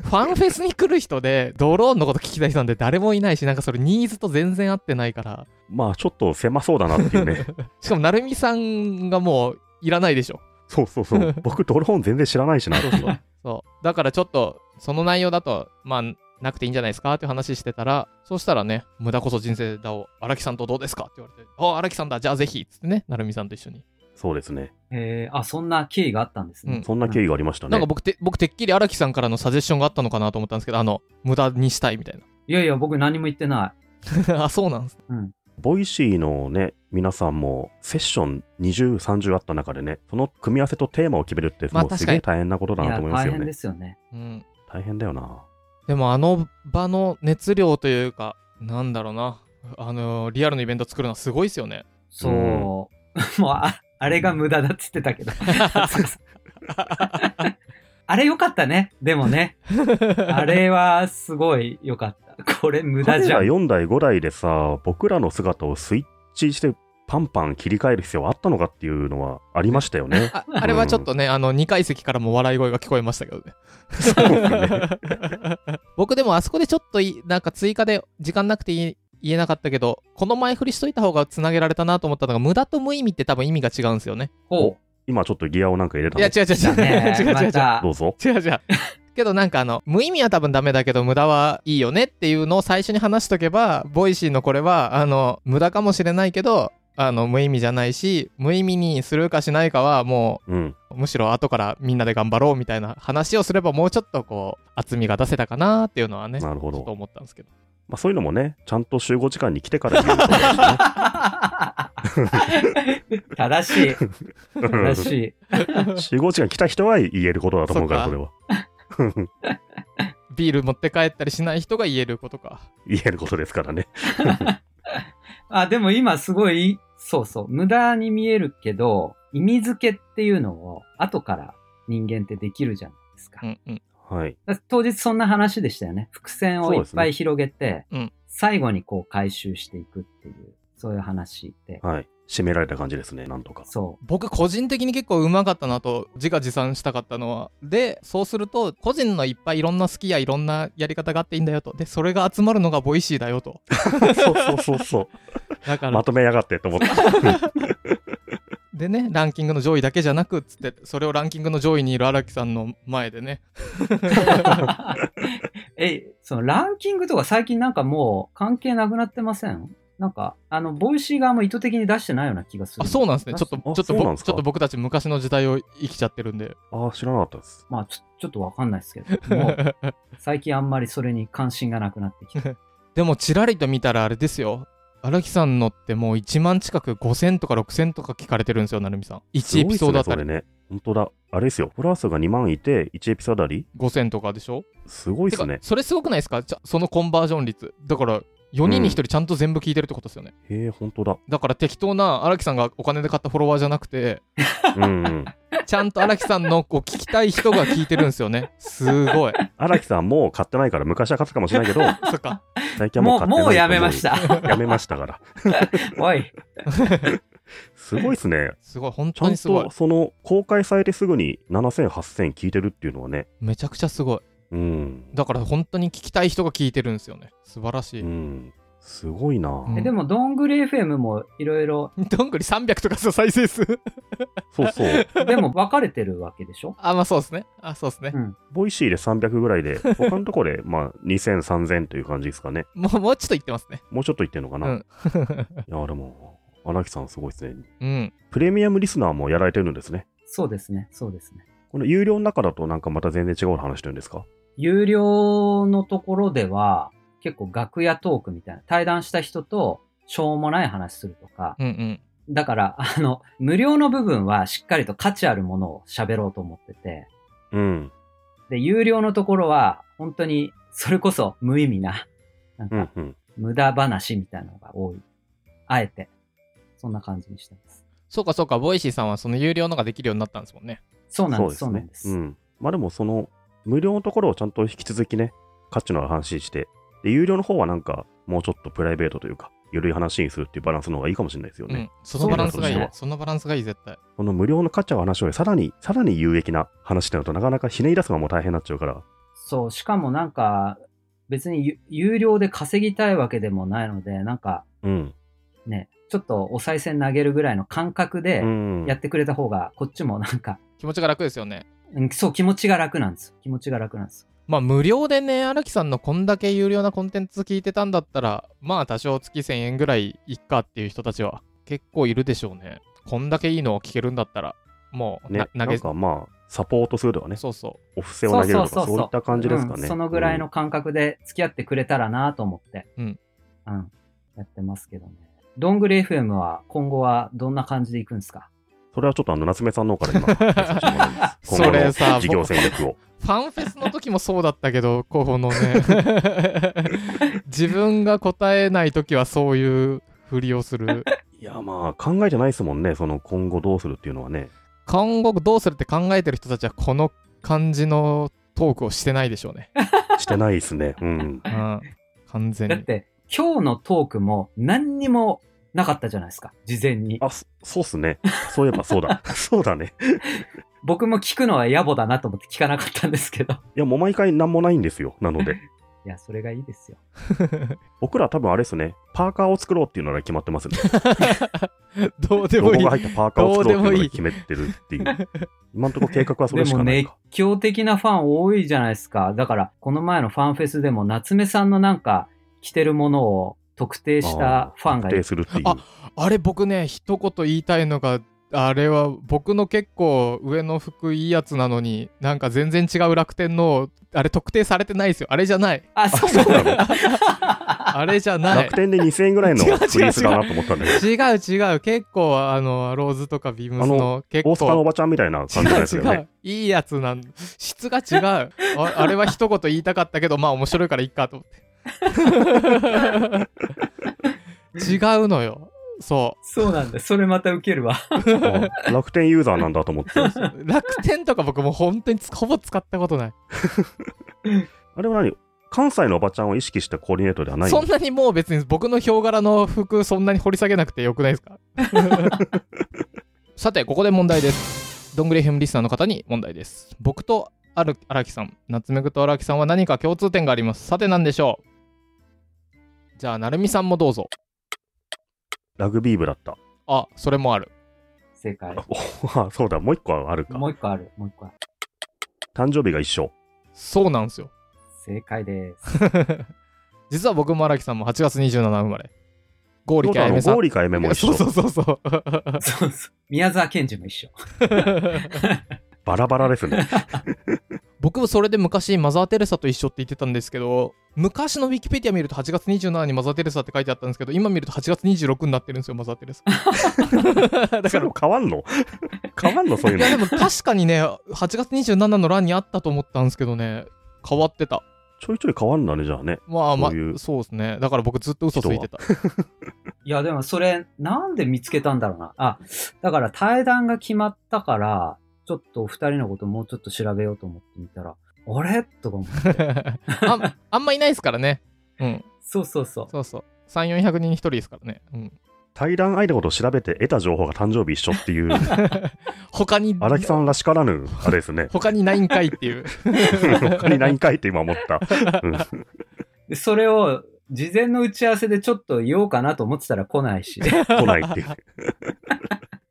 S1: ファンフェスに来る人で、ドローンのこと聞きたい人なんて誰もいないし、なんかそれニーズと全然合ってないから。
S2: まあちょっと狭そうだなってい うね。
S1: しかも、成美さんがもういらないでしょ。
S2: そうそ うそう。僕ドローン全然知らないしな。
S1: そう。だからちょっと、その内容だと、まあ、なくていいんじゃないですかっていう話してたら、そうしたらね、無駄こそ人生だを、荒木さんとどうですかって言われて、あ、荒木さんだ、じゃあぜひっつってね、成美さんと一緒に。
S2: そうですね。
S3: えー、あ、そんな経緯があったんですね。
S1: うん
S2: そんな経緯がありました
S1: なん
S2: ね
S1: か。僕て、僕てっきり荒木さんからのサジェッションがあったのかなと思ったんですけど、あの、無駄にしたいみたい
S3: いやいや、僕何も言ってない。
S1: な。あ、 そうなんです。
S2: ボイシーのね、皆さんもセッション20、30あった中でね、その組み合わせとテーマを決めるって、
S1: まあ
S2: もうす
S1: 確か
S2: げ
S1: に
S2: え大変なことだ
S3: い
S2: な
S3: や、
S2: と思います
S3: 大
S2: よ
S3: 変で
S2: ね。
S3: すよね。
S1: うん。
S2: 大変だよな。
S1: でも、あの場の熱量というか、なんだろうな。あのリアルのイベント作るのはすごいですよね。。
S3: そう。も うあ、あれが無駄だって言ってたけど。 あれ良かったね。でもね。 あれはすごい良かった。これ無
S2: カ
S3: 駄
S2: メ
S3: じゃ
S2: ラ
S3: ん。
S2: 4台5台でさ、僕らの姿をスイッチしてパンパン切り替える必要あったのかっていうのはありましたよね
S1: ああれはちょっとね、あの、2階席からも笑い声が聞こえましたけどね。
S2: そうですね
S1: 僕でもあそこでちょっといなんか追加で時間なくて言え言えなかったけど、この前振りしといた方がつなげられたなと思ったのが、無駄と無意味って多分意味が違うんですよね。
S3: ほ
S2: 今ちょっとギアをなんか入れた
S1: いや、違
S2: の
S1: う違う
S3: う。だ
S1: 違
S3: ね
S1: う。 違う違う違
S3: ま
S1: う。
S3: た
S2: ど。うぞ。
S1: 違う違う。けどなんかあの、無意味は多分ダメだけど、無駄はいいよねっていうのを最初に話しとけば、ボイシーのこれは、あの、無駄かもしれないけど、あの、無意味じゃないし、無意味にするかしないかはも
S2: うん。
S1: う、むしろ後からみんなで頑張ろうみたいな話をすれば、もうちょっとこう、厚みが出せたかなっていうのはね、ち
S2: なるほ
S1: ょっと
S2: ど。
S1: 思ったんですけど。
S2: まあそういうのもね、ちゃんと集合時間に来てから言うことですね
S3: 正しい。 正しい。
S2: 集合時間来た人は言えることだと思うから、そ
S1: そっ
S2: れは。
S1: ビール持って帰ったりしない人が言えることか。
S2: 言えることですからね。
S3: あ、でも今すごい、そうそう、無駄に見えるけど、意味付けっていうのを後から人間ってできるじゃないですか。
S1: うんうん。
S2: はい。
S3: だから当日そんな話でしたよね。伏線をいっぱい広げて、
S1: そうですねうん
S3: 最後にこう回収していくっていう、そういう話で。
S2: はい。締められた感じですね、なんとか。
S3: そ
S1: 僕個人的に結構うまかったなと自画自賛したかったのはでそうすると個人のいっぱいいろんな好きやいろんなやり方があっていいんだよとでそれが集まるのがボイシーだよと
S2: そうそうそうそ
S1: だか
S2: う。
S1: ら、
S2: まとめやがってと思った。
S1: でねランキングの上位だけじゃなくっつってそれをランキングの上位にいる荒木さんの前でね
S3: う。 え、そのランキングとか最近なんかもう関係なくなってませんなんか、あの、ボイシー側も意図的に出してないような気がする。
S1: あそうなんですね
S3: 出
S1: ちょ
S3: し
S1: っと
S2: あ
S1: ちょっと
S2: そうなん
S1: ぼ
S2: です
S1: ち
S2: か
S1: ょっと僕たち昔の時代を生きちゃってるんで
S2: ああ、知らなかったです。
S3: まあちょ、ちょっとわかんないです けど、もう最近あんまりそれに関心がなくなってきて。
S1: でもちらりと見たらあれですよ荒木さんのってもう1万近く5000とか6000とか聞かれてるんですよ成美さん
S2: す
S1: 1エ
S2: ごい
S1: ピ
S2: っす
S1: ソードあ
S2: ね
S1: た
S2: そ
S1: り
S2: れね。本当だ。あれですよ。フォロワー数が2万いて、1エピソードあり
S1: 5000とかでしょ
S2: すごいです
S1: て
S2: ね
S1: か。それすごくないですかちゃそのコンバージョン率だから4人に1人ちゃんと全部聞いてるってことですよね、
S2: へえ、本当だ。
S1: だから適当な荒木さんがお金で買ったフォロワーじゃなくて
S2: う んうん。
S1: ちゃんと荒木さんのこう聞きたい人が聞いてるんですよねすごい
S2: 荒木さんもう買ってないから、昔は買ったかもしれない けど、
S1: そっか
S2: 最近はも
S3: も
S2: う買ってないと
S3: う、
S2: 思う。
S3: もうやめまし。た。
S2: やめましたから。
S3: おい。
S2: すごいですね。
S1: すごい 本
S2: ちゃ
S1: 当
S2: ん
S1: にすごい
S2: とその公開されてすぐに7000、8000聞いてるっていうのはね。
S1: めちゃくちゃすごい
S2: うん。
S1: だから本当に聞きたい人が聞いてるんですよね素晴らしい、
S2: うん。すごいな。
S1: うん
S3: えでも、どんぐり FM もいろいろ、
S1: どんぐり300とかさ再生数
S2: そうそう。
S3: でも分かれてるわけでしょ
S1: あまあそうですねあそうですね
S3: う、ん。
S2: ボイシーで300ぐらいで、他のところで、 まあ、2000、3000という感じですかね。
S1: もうもうちょっと言ってますね
S2: もうちょっと言ってんのか
S1: う
S2: な。
S1: ん
S2: いや、でも、荒木さんすごいですね。
S1: うん
S2: プレミアムリスナーもやられてるんですね。
S3: そうですね、そうですね。
S2: この有料の中だとなんかまた全然違う話してるんですか
S3: 有料のところでは、結構楽屋トークみたいな、対談した人と、しょうもない話するとか、
S1: うんうん
S3: だから、 あの、無料の部分はしっかりと価値あるものを喋ろうと思ってて、
S2: うん。
S3: で、有料のところは、本当に、それこそ無意味な、なん
S2: う
S3: か
S2: ん、うん。
S3: 無駄話みたいなのが多い。あえて、そんな感じにしてます。
S1: そうかそうかボイシーさんはその有料のができるようになったんですもんね
S3: そうなんです、
S2: そ
S3: そううな
S2: で
S3: んですす。
S2: ね。うん。まあでもその、無料のところをちゃんと引き続きね、価値のある話して、で、有料の方はなんか、もうちょっとプライベートというか、緩い話にするっていうバランスの方がいいかもしれないですよ
S1: う
S2: ね
S1: ん。、そのバランスがいい
S2: そうなんですよ
S1: そのバランスがいい絶対
S2: この無料の価値ある話をさらに、さらに有益な話ってなるとなかなかひねり出すのはもう大変になっちゃうから、
S3: そう、しかもなんか、別にゆ有料で稼ぎたいわけでもないので、なんか
S2: うん。
S3: ね、ちょっとお賽銭投げるぐらいの感覚で
S2: うん。
S3: やってくれた方が、こっちもなんか、
S1: 気持ちが楽ですよね
S3: うんそう、気持ちが楽なんですよ。気持ちが楽なんですよ。
S1: まあ無料でね荒木さんのこんだけ有料なコンテンツ聞いてたんだったらまあ多少月1000円ぐらいいっかっていう人たちは結構いるでしょうねこんだけいいのを聞けるんだったらもう
S2: ね
S1: な、
S2: な
S1: 投げ
S2: んかまあ、サポートするとかね、
S1: そうそ
S2: お布施を投げると
S3: そうそ
S2: か、
S3: うそうそう
S2: そういった感じですか
S3: う
S2: ね。
S3: んそのぐらいの感覚で付き合ってくれたらなと思って、
S1: うん。
S3: うん。やってますけどね。どんぐり FM は今後はどんな感じでいくんですか
S2: それはちょっとあの夏目さんの方から今、解説してもらいます
S1: それさ
S2: 今後の事業戦略を。
S1: うファンフェスの時もそうだったけどここのね自分が答えない時はそういうふりをする
S2: いや、まあ、考えてないですもんね、その今後どうするっていうのはね。
S1: 今後どうするって考えてる人たちはこの感じのトークをしてないでしょうね。
S2: してないですね。うん
S1: う。ん、完全
S3: だ
S1: に
S3: っ。て、今日のトークも何にもなかったじゃないですか、事前に。
S2: あ、そそうっすね。そういえばそうだ。 そうだね。
S3: 僕も聞くのは野暮だなと思って聞かなかったんですけど。
S2: いや、もう毎回なんもないんですよ。なので。
S3: いや、それがいいですよ。
S2: 僕ら多分あれですね。パーカーを作ろうっていうのが決まってますね。
S1: どうでも
S2: ロゴ
S1: いい
S2: が。入ったパーカーを作ろうっていうの
S1: どうでもい
S2: が
S1: い
S2: 決めてるっていう。今のところ計画はそ
S3: で
S2: れし
S3: も
S2: かない
S3: 熱
S2: か。
S3: 狂的なファン多いじゃないですか。だから、この前のファンフェスでも、夏目さんのなんか着てるものを特定したファンが
S2: 確
S3: い
S2: 定
S3: る。
S2: するっていう。
S1: あれ僕ね、一言言いたいのが、あれは僕の結構上の服いいやつなのに、なんか全然違う楽天の、あれ特定されてないですよ。あれじゃない。
S3: あ、そうなの
S1: あれじゃない
S2: 楽。天で2000円ぐらいの
S1: 違う違う違う
S2: フリースだなと思ったんだけど。
S1: 違う違う。結構、あの、ローズとかビームス
S2: あ
S1: の結
S2: 大阪のお
S1: 構。
S2: ばちゃんみたいな
S1: 違
S2: 感じのやつ
S1: う
S2: よ
S1: 違 う。。
S2: ね
S1: いいやつなん質が違う。ああれは一言言いたかったけど、まあ面白いからいっかと 思って。違うのよ。そう。
S3: そうなんだ。それまたウケるわ。
S2: あ楽天ユーザーなんだと思って。
S1: 楽天とか僕もう本当につほぼ使ったことない。
S2: あれは何関西のおばちゃんを意識したコーディネートではない
S1: そ
S2: の
S1: んなにもう別に僕のヒョウ柄の服そんなに掘り下げなくてよくないですか さて、ここで問題です。どんぐりヘムリスナーの方に問題です。僕とある荒木さん、夏目ぐと荒木さんは何か共通点があります。さて何でしょうじゃあ、なるみさんもどうぞ。
S2: ラグビー部だった。
S1: あ、それもある。
S3: 正解。
S2: あそうだ、もう一個あるか。
S3: もう一個ある。もう一個ある。
S2: 誕生日が一緒。
S1: そうなんですよ。
S3: 正解です。
S1: 実は僕も荒木さんも8月27日生まれ。ゴー
S2: そ
S1: リ
S2: う
S1: キャ
S2: だ、
S1: エ
S2: ゴ
S1: メさん
S2: ー。リかエメも一
S1: そう そ
S2: 緒。
S1: うそうそう。
S3: そうそう。宮沢賢治も一緒。
S2: バラバラです ね。
S1: 僕もそれで昔マザー・テレサと一緒って言ってたんですけど昔のウィキペディア見ると8月27にマザー・テレサって書いてあったんですけど今見ると8月26になってるんですよマザー・テ レサだか
S2: それ
S1: ら
S2: も変わん の変わんのそういう
S1: いやでも
S2: の。
S1: 確かにね8月27の欄にあったと思ったんですけどね変わってた
S2: ちょいちょい変わんだね、じゃあね。
S1: まあまあ
S2: そういう
S1: そうですねだから僕ずっと嘘ついてた
S3: いや、でもそれ、なんで見つけたんだろうな。あ、だから対談が決まったから、ちょっとお二人のこともうちょっと調べようと思ってみたら、あれとか思って
S1: ああんまいないですからねうん
S3: そうそうそう。
S1: そうそう3400人に1人ですからね、うん、
S2: 対談相手のことを調べて得た情報が誕生日一緒っ ていう、
S1: 他に。
S2: 荒木さんらしからぬ、あれですね
S1: 他にないんかいっていう
S2: 他に何回って今思った。うん
S3: でそれを、事前の打ち合わせでちょっと言おうかなと思ってたら来ないし。
S2: 来な いっていう。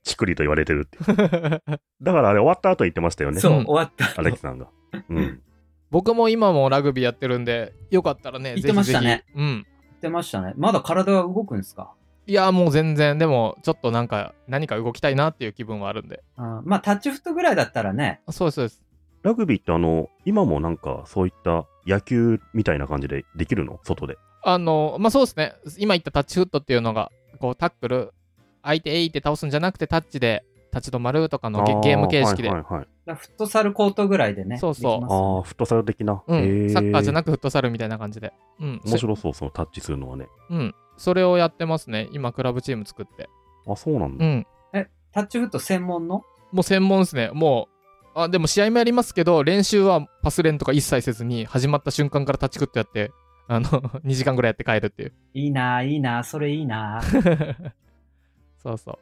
S2: チクリと言われてるっていう。だからあれ終わった後言ってましたよね。
S3: そう、
S1: うん
S3: 終わった。
S2: 荒木さんが。うん。
S1: 僕も今もラグビーやってるんで、よかったらね、
S3: 言ってましたね
S1: ぜひぜひ。うん。
S3: 言ってましたね。まだ体が動くんですか
S1: いや、もう全然、でも、ちょっとなんか、何か動きたいなっていう気分はあるんで。
S3: あまあ、タッチフットぐらいだったらね。
S1: あそうです、そうです。
S2: ラグビーってあの、今もなんかそういった野球みたいな感じでできるの外で。
S1: あの、まあ、そうですね。今言ったタッチフットっていうのが、こう、タックル、相手、えいって倒すんじゃなくて、タッチで、立ち止まるとかのゲ
S2: あ
S1: ゲーム形式で。
S2: はいはいはい。
S3: だからフットサルコートぐらいでね。
S1: そうそう
S3: できますよ
S2: ああ、フットサル的な。
S1: うん、サッカーじゃ
S2: く
S1: なくフットサルみたいな感じで。うん。
S2: 面白そう、そのタッチするのはね。
S1: そうん。それをやってますね。今、クラブチーム作って。
S2: あ、そうなん
S1: う
S2: だ。
S1: ん。
S3: タッチフット専門の
S1: もう専門ですね。もう、あ、でも試合もやりますけど、練習はパス練とか一切せずに、始まった瞬間から立ち食ってやって、あの、2時間 ぐらいやって帰るっていう。
S3: いいなぁ、いいなぁ、それいいなぁ。
S1: そうそう。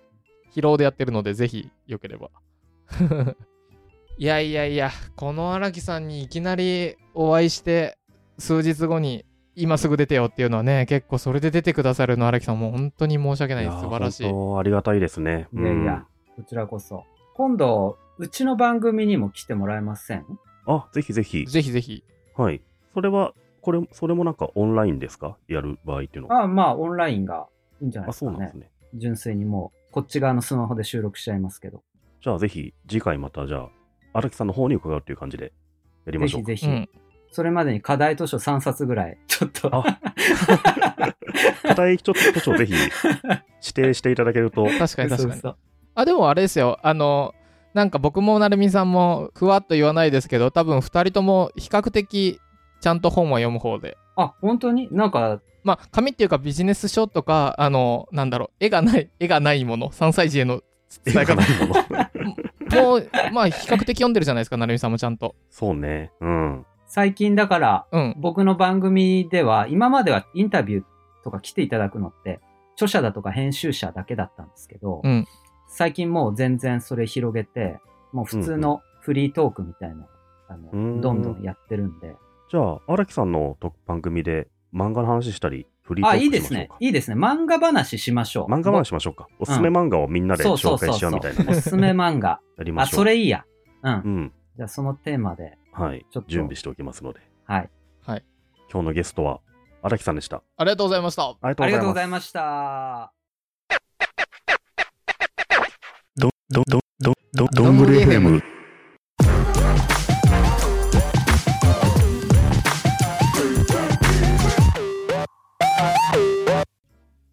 S1: 疲労でやってるので、ぜひ、よければ。 いやいやいや、この荒木さんにいきなりお会いして、数日後に、今すぐ出てよっていうのはね、結構それで出てくださるの荒木さん、もう本当に申し訳ない
S2: い
S1: で
S2: や
S1: す。
S2: ー
S1: 素晴らしい。
S2: 本当ありがたいですね。
S3: いやいや、こちらこそ。今度、うちの番組にも来てもらえません
S2: うん。あ、ぜひぜひ。
S1: ぜひぜひ。
S2: はい。それは、これ、それもなんかオンラインですかやる場合っていうのは。
S3: あまあ、オンラインがいいんじゃない
S2: あ、
S3: です
S2: そう
S3: か
S2: なんで
S3: ね
S2: す。ね。
S3: 純粋にもう、こっち側のスマホで収録しちゃいますけど。
S2: じゃあぜひ次回またじゃあ荒木さんの方に伺うっていう感じでやりま
S3: ぜ
S2: しょ
S3: ひ
S2: う。
S3: ぜ
S1: う
S3: ひ、
S1: ん。
S3: それまでに課題図書3冊ぐらい、ちょっと。
S2: あ課題一つ一つをぜひ指定していただけ ると、
S1: 確かに確
S3: そ
S1: か
S3: う
S1: に。
S3: そう
S1: あ、でもあれですよ。あの、なんか僕もなるみさんもふわっと言わないですけど、多分二人とも比較的ちゃんと本は読む方で。
S3: あ、本当になんか、
S1: まあ、紙っていうかビジネス書とか、あの、なんだろう、絵がない、絵がないもの、3歳児への伝え方
S2: ないもの。
S1: もう、まあ、比較的読んでるじゃないですか、成美さんもちゃんと。
S2: そうね。うん。
S3: 最近だから、
S1: うん。
S3: 僕の番組では、今まではインタビューとか来ていただくのって、著者だとか編集者だけだったんですけど、
S1: うん
S3: 最近もう全然それ広げて、もう普通のフリートークみたいな、あの
S2: うん
S3: どんどんやってるんで。
S2: じゃあ、荒木さんの特番組で漫画の話したり、フリートー
S3: あ、
S2: ク
S3: い
S2: し
S3: い
S2: ま
S3: で
S2: しょうか。
S3: すね。いいですね。漫画話しましょう。
S2: 漫画話しましょうか。おすすめ漫画をみんなで
S3: そうそ
S2: 紹
S3: うそ
S2: 介
S3: う
S2: し
S3: そ
S2: よう
S3: う。
S2: みたいなね。
S3: おすすめ漫画。
S2: やりま
S3: あ、
S2: しょう。
S3: それいいや。うん。
S2: うん。
S3: じゃあそのテーマで、
S2: はい
S3: ちょっ。と
S2: 準備しておきますので。
S3: はい。
S2: 今日のゲストは、荒木さんでした。
S1: ありがとうございました。
S2: あり
S3: あり
S2: が
S3: が
S2: とう
S3: とう
S2: ご
S3: ご
S2: ざ
S3: ざ
S2: い
S3: い
S2: ます。
S3: ました。
S2: ど、ど、ど、ど、
S1: どんぐり FM。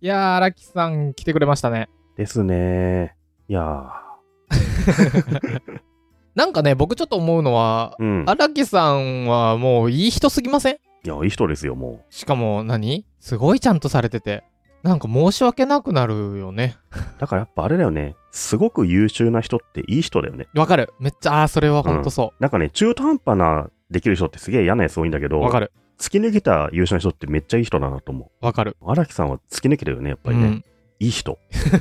S1: いやー、荒木さん来てくれましたね。
S2: ですねいやー
S1: なんかね、僕ちょっと思うのは、
S2: うん。
S1: 荒木さんはもういい人すぎません
S2: いや、いい人ですよ、も
S1: しかも何すごいちゃんとされてて。なんか申し訳なくなるよね。
S2: う。だからやっぱあれだよね。すごく優秀な人っていい人だよね。
S1: わかる。めっちゃ、あーそれはほんとそ
S2: なんかね、中途半端なできる人ってすげえ嫌なやつ多いんだけ
S1: う。
S2: ど、
S1: わ、かる。
S2: 突き抜けた優秀な人ってめっちゃいい人だなと思
S1: わかる。
S2: う。荒木さんは突き抜けてるよね、やっぱ
S1: う
S2: りね。
S1: ん。
S2: いい人。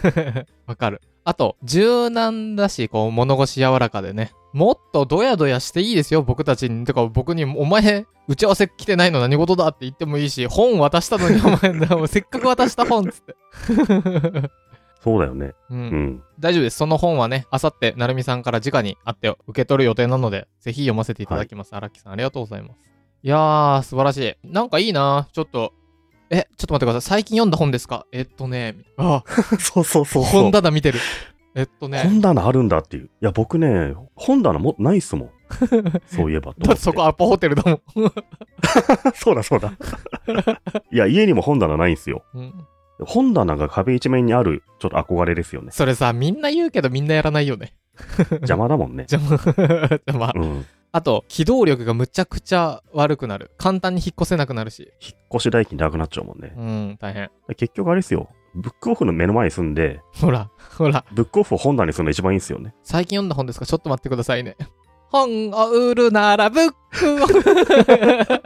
S1: わかる。あと、柔軟だし、こう、物腰柔らかでね。もっとドヤドヤしていいですよ、僕たちに。てか、僕に、お前、打ち合わせ来てないの何事だって言ってもいいし、本渡したのに、お前、 なせっかく渡した本っつって。
S2: そうだよね。
S1: う
S2: うんん。
S1: 大丈夫です。その本はね、あさって、なるみさんから直に会って受け取る予定なので、ぜひ読ませていただきます。荒、木さん、ありがとうございます。いやー、素晴らしい。なんかいいなちょっと、え、ちょっと待ってください。最近読んだ本ですかえっとね、あ、
S2: そうそうそうそう。
S1: 本棚見てる。えっとね、
S2: 本棚あるんだっていう。いや、僕ね、本棚もないっ すもん。そういえばと思って。
S1: だってそこアポホテルだもん。
S2: そうだそう だ。いや、家にも本棚ないんすよ。
S1: うん
S2: 本棚が壁一面にある、ちょっと憧れで すよね。
S1: それさ、みんな言うけどみんなやらないよね。
S2: 邪魔だもんね。
S1: 邪魔。邪魔
S2: うん。
S1: あと、機動力がむちゃくちゃ悪くなる。簡単に引っ越せなくなるし。
S2: 引っ越し代金なくなっちゃうもんね
S1: う。ん、大変。
S2: 結局あれですよ。ブックオフの目の前に住んで、
S1: ほら、ほら。
S2: ブックオフを本棚にするの一番いいんすよね。
S1: 最近読んだ本ですかちょっと待ってくださいね。 本を売るならブックオフ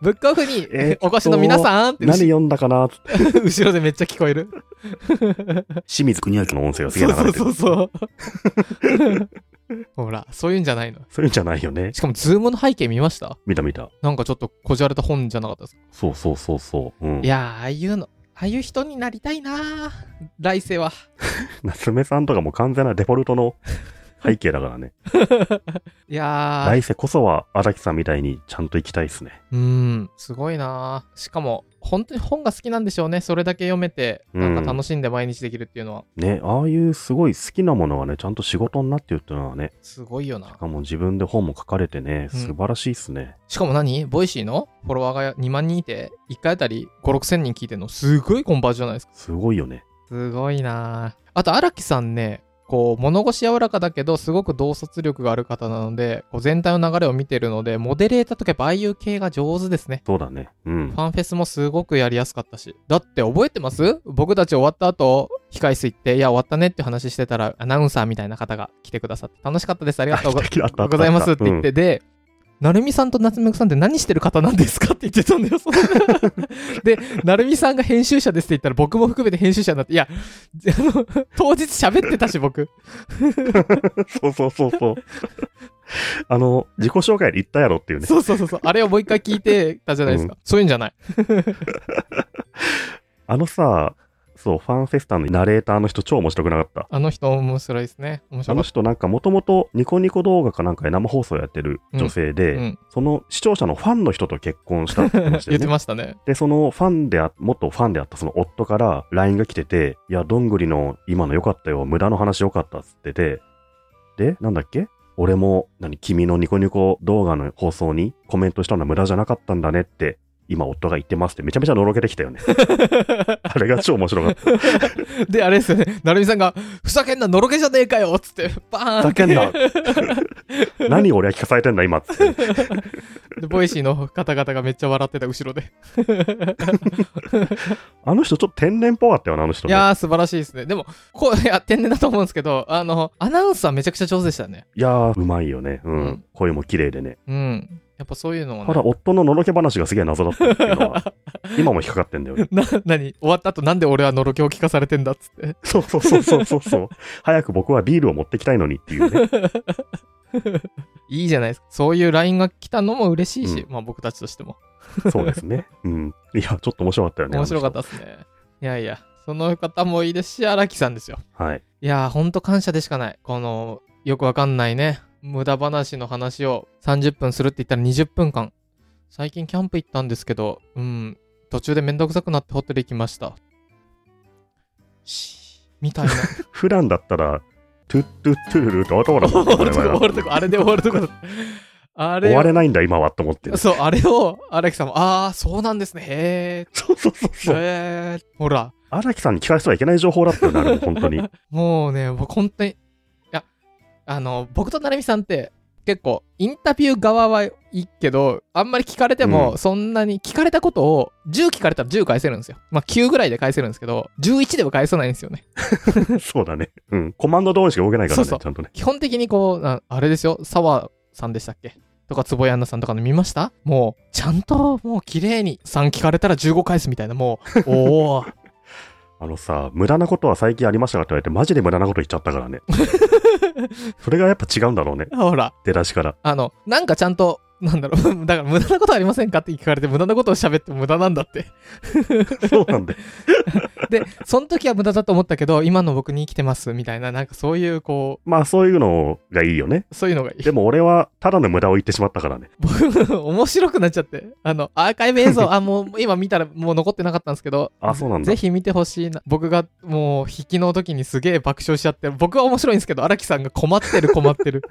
S1: ブックオフに
S2: えっと
S1: お越しの皆さんって
S2: 何
S1: 後
S2: 読んだかなって
S1: 後ろでめっちゃ聞こえる。
S2: 清水国明の音声がす
S1: そ
S2: げえ
S1: う
S2: 流れて
S1: そ
S2: る。
S1: うそうそう。 ほら、そういうんじゃないの。
S2: そういうんじゃないよね
S1: し。かも、ズームの背景見ました
S2: 見た見た。
S1: なんかちょっとこじゃれた本じゃなかったですか
S2: そうそうそうそう。うん
S1: い。やー、ああいうの、ああいう人になりたいなー来世は。
S2: 夏目さんとかもう完全なデフォル トの背景だからね。
S1: いやー、
S2: 来世こそは荒木さんみたいにちゃんと行きたいですね。
S1: うーん、すごいなーしかも、本当に本が好きなんでしょうね。それだけ読めて、なんか楽しんで毎日できるっていうのは、
S2: ね、ああいうすごい好きなものがね、ちゃんと仕事になってるっていうのはね、
S1: すごいよな
S2: し。かも自分で本も書かれてね、
S1: うん
S2: 素晴らしいですね。
S1: しかも何ボイシーのフォロワーが2万人いて、1回あたり5、6千人聞いてんの、すごいコンバージョンじゃないですか。
S2: すごいよね。
S1: すごいなーあと、荒木さんね、こう、物腰柔らかだけど、すごく洞察力がある方なので、こう全体の流れを見てるので、モデレーターとかやっぱああいう系が上手ですね。
S2: そうだね。うん
S1: フ。ァンフェスもすごくやりやすかったし。だって覚えてます僕たち終わった後、控室行って、いや、終わったねって話してたら、アナウンサーみたいな方が来てくださって、楽しかったです、ありがとうご
S2: あ来た来た
S1: ございます って言っ
S2: う
S1: て、で、なるみさんと夏目さんって何してる方なんですかって言ってたんだよ、 そので、なるみさんが編集者ですって言ったら、僕も含めて編集者になって、いや、あの、当日喋ってたし、僕。
S2: そうそうそうそう。 あの、自己紹介で言ったやろっていうね。
S1: そうそうそうそう、あれをもう一回聞いてたじゃないですか。そういうんじゃない。
S2: あのさ、そう、ファンフェスタのナレーターの人超面白くなかった。
S1: あの人面白いですね。面
S2: あ
S1: 白か
S2: の
S1: っ
S2: 人なんかもともとニコニコ動画かなんかで生放送やってる女性で、
S1: た。うん。
S2: その視聴者のファンの人と結婚したって言ってました
S1: 言っ
S2: よ
S1: て
S2: ね。
S1: ましたね。
S2: で、そのファンであ、元ファンであったその夫から LINE が来てて、いや、どんぐりの今の良かったよ、無駄の話良かったっつってて、で、なんだっけ俺も、何、君のニコニコ動画の放送にコメントしたのは無駄じゃなかったんだねって今夫が言ってますってめちゃめちゃのろけてきたよね。 あれが超面 白かった。
S1: で、あれですよね、成美さんが、ふざけんな、のろけじゃねえかよっつって、バーン
S2: ふざけん な何俺は聞かされてんだ今っつって。
S1: で、ボイシーの方々がめっちゃ笑ってた、後ろで。
S2: あの人ちょっと天然っぽかったよな、あの人
S1: い
S2: ね、
S1: やー、素晴らしいですね。でも、こう、いや、天然だと思うんですけど、あの、アナウンサーめちゃくちゃ上手でしたね。
S2: いやー、うまいよね。うん。
S1: うん
S2: 声も綺麗でね。
S1: うん。やっぱそういうのも
S2: ただ、
S1: ね。
S2: 夫ののろけ話がすげえ謎だったっていうのは、今も引っかかってんだよね。
S1: な、なに終わった後なんで俺はのろけを聞かされてんだっつって。
S2: そうそうそうそうそうそう。早く僕はビールを持ってきたいのにっていうね。
S1: いいじゃないですか。そういう LINE が来たのも嬉しいし、
S2: う
S1: まあ僕たちとしても。
S2: そうですね。うん。いや、ちょっと面白かったよね。
S1: 面白かったですね。いやいや、その方もいいですし、荒木さんですよ。
S2: た。はい。
S1: いやー、ほんと感謝でしかない。この、よくわかんないね。無駄話の話を30分するって言ったら20分間。最近キャンプ行ったんですけど、うん、途中でめんどくさくなってホテル行きました。しーみたいな。
S2: 普段だったら、トゥットゥットゥルルと音だも んね
S1: 終わるとこ、終わるとこ、あれで終わるとこだ。あれ
S2: 終わ
S1: を、
S2: れないんだ、今はと思ってね。
S1: そう、あれを、荒木さんも、あー、そうなんですね。へ
S2: そうそうそう
S1: ー、
S2: そう。
S1: へー、ほら。
S2: 荒木さんに聞かせてはいけない情報だったよね、あれも本当に。
S1: もうね、僕本当に、いや、あの、僕と成美さんって、結構、インタビュー側はいいけど、あんまり聞かれて
S2: う
S1: も、
S2: ん
S1: そんなに、聞かれたことを、10聞かれたら10返せるんですよ。まあ、9ぐらいで返せるんですけど、11では返さないんですよね。
S2: そうだね。うん。コマンド通りしか動けないから
S1: そうそ
S2: ね
S1: う、
S2: ちゃんとね。
S1: 基本的にこう、ああれですよ、沢さんでしたっけとか、坪井杏奈さんとかの見ましたもう、ちゃんと、もう、綺麗に、3聞かれたら15返すみたいな、もう、 おー、
S2: あのさ、無駄なことは最近ありましたかって言われて、マジで無駄なこと言っちゃったから ね。それがやっぱ違うんだろうね。
S1: ほら、
S2: 出だしから。
S1: あの、なんかちゃんと、なんだろう、 だから無駄なことありませんかって聞かれて、無駄なことを喋っても無駄なんだって。
S2: そうなんだよ。
S1: で、その時は無駄だと思ったけど、今の僕に生きてます、みたいな、なんかそういう、こ
S2: まあそういうのがいいよね。
S1: う、そういうのがいい。
S2: でも俺はただの無駄を言ってしまったからね。
S1: 僕、 面白くなっちゃって。あの、アーカイブ映 像、あ、もう今見たらもう残ってなかったんですけど、
S2: あそうなんだ
S1: ぜひ見てほしいな。僕がもう、引きの時にすげえ爆笑しちゃって、僕は面白いんですけど、荒木さんが困ってる、困ってる。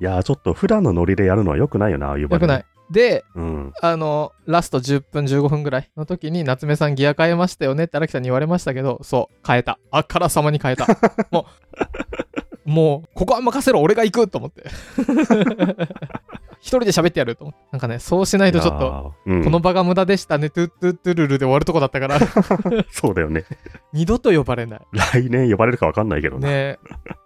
S2: いやーちょっと普段のノリでやるのは良くないよな、ああいう場
S1: よ
S2: 合。
S1: くない。で、
S2: うん。
S1: あの、ラスト10分、15分ぐらいの時に、夏目さんギア変えましたよねって荒木さんに言われましたけど、そう、変えた。あからさまに 変えた。もう、もう、ここは任せろ、俺が行くと思って。 一人で喋ってやると思って。なんかね、そうしないとちょっ
S2: い
S1: と、
S2: やー、うん、
S1: この場が無駄でしたね、トゥットゥットゥルルで終わるとこだった から、
S2: そうだよね。
S1: 二度と呼ばれない。
S2: 来年呼ばれるか分かんないけどな。
S1: ね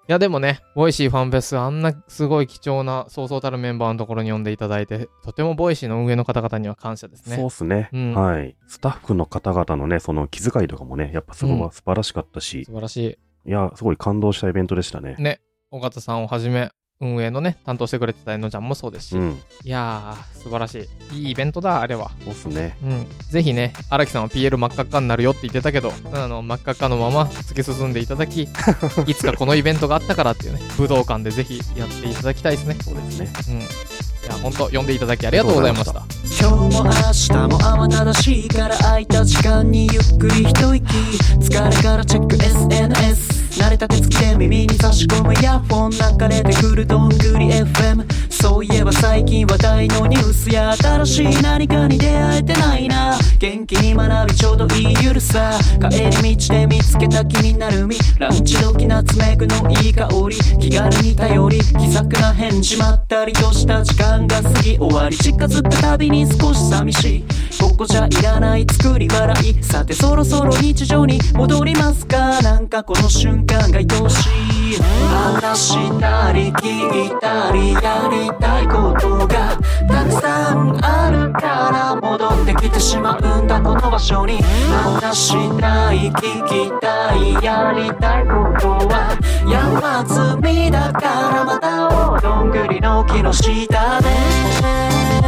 S1: いやでもね、ボイシーファンフェス、あんなすごい貴重な、そうそうたるメンバーのところに呼んでいただいて、とてもボイシーの運営の方々には感謝ですね。
S2: そうっすね、
S1: うん
S2: はい。スタッフの方々のね、その気遣いとかもね、やっぱすご
S1: う
S2: い素晴らしかったし、
S1: 素晴らしい。
S2: いや、すごい感動したイベントでしたね。
S1: ね、尾形さんをはじめ、運営のね、担当してくれてたえのちゃんもそうですし、
S2: う
S1: い
S2: ん。
S1: やー、素晴らしい。いいイベントだ、あれは。
S2: そうっすね。
S1: うん。ぜひね、荒木さんは PL 真っ赤っかになるよって言ってたけど、あの、真っ赤っかのまま突き進んでいただ き、いつかこのイベントがあったからっていうね、武道館でぜひやっていただきたいですね。
S2: そうですね。
S1: うん。いや、ほんと、呼んでいただきありがとうございました。
S4: 今日も明日も慌ただしいから空いた時間にゆっくり一息疲れからチェック SNS 慣れた手つきで耳に差し込むイヤホン流れてくるどんぐり FM そういえば最近話題のニュースや新しい何かに出会えてないな元気に学びちょうどいいゆるさ帰り道で見つけた気になる身ランチ時夏メグのいい香り気軽に頼り気さくな返事まったりとした時間が過ぎ終わり近づくたびに少し寂しいここじゃいらない作り笑いさてそろそろ日常に戻りますかなんかこの瞬間が愛おしい話したり聞いたりやりたいことがたくさんあるから戻ってきてしまうんだこの場所に話したい聞きたいやりたいことは山積みだからまたおうどんぐりの木の下で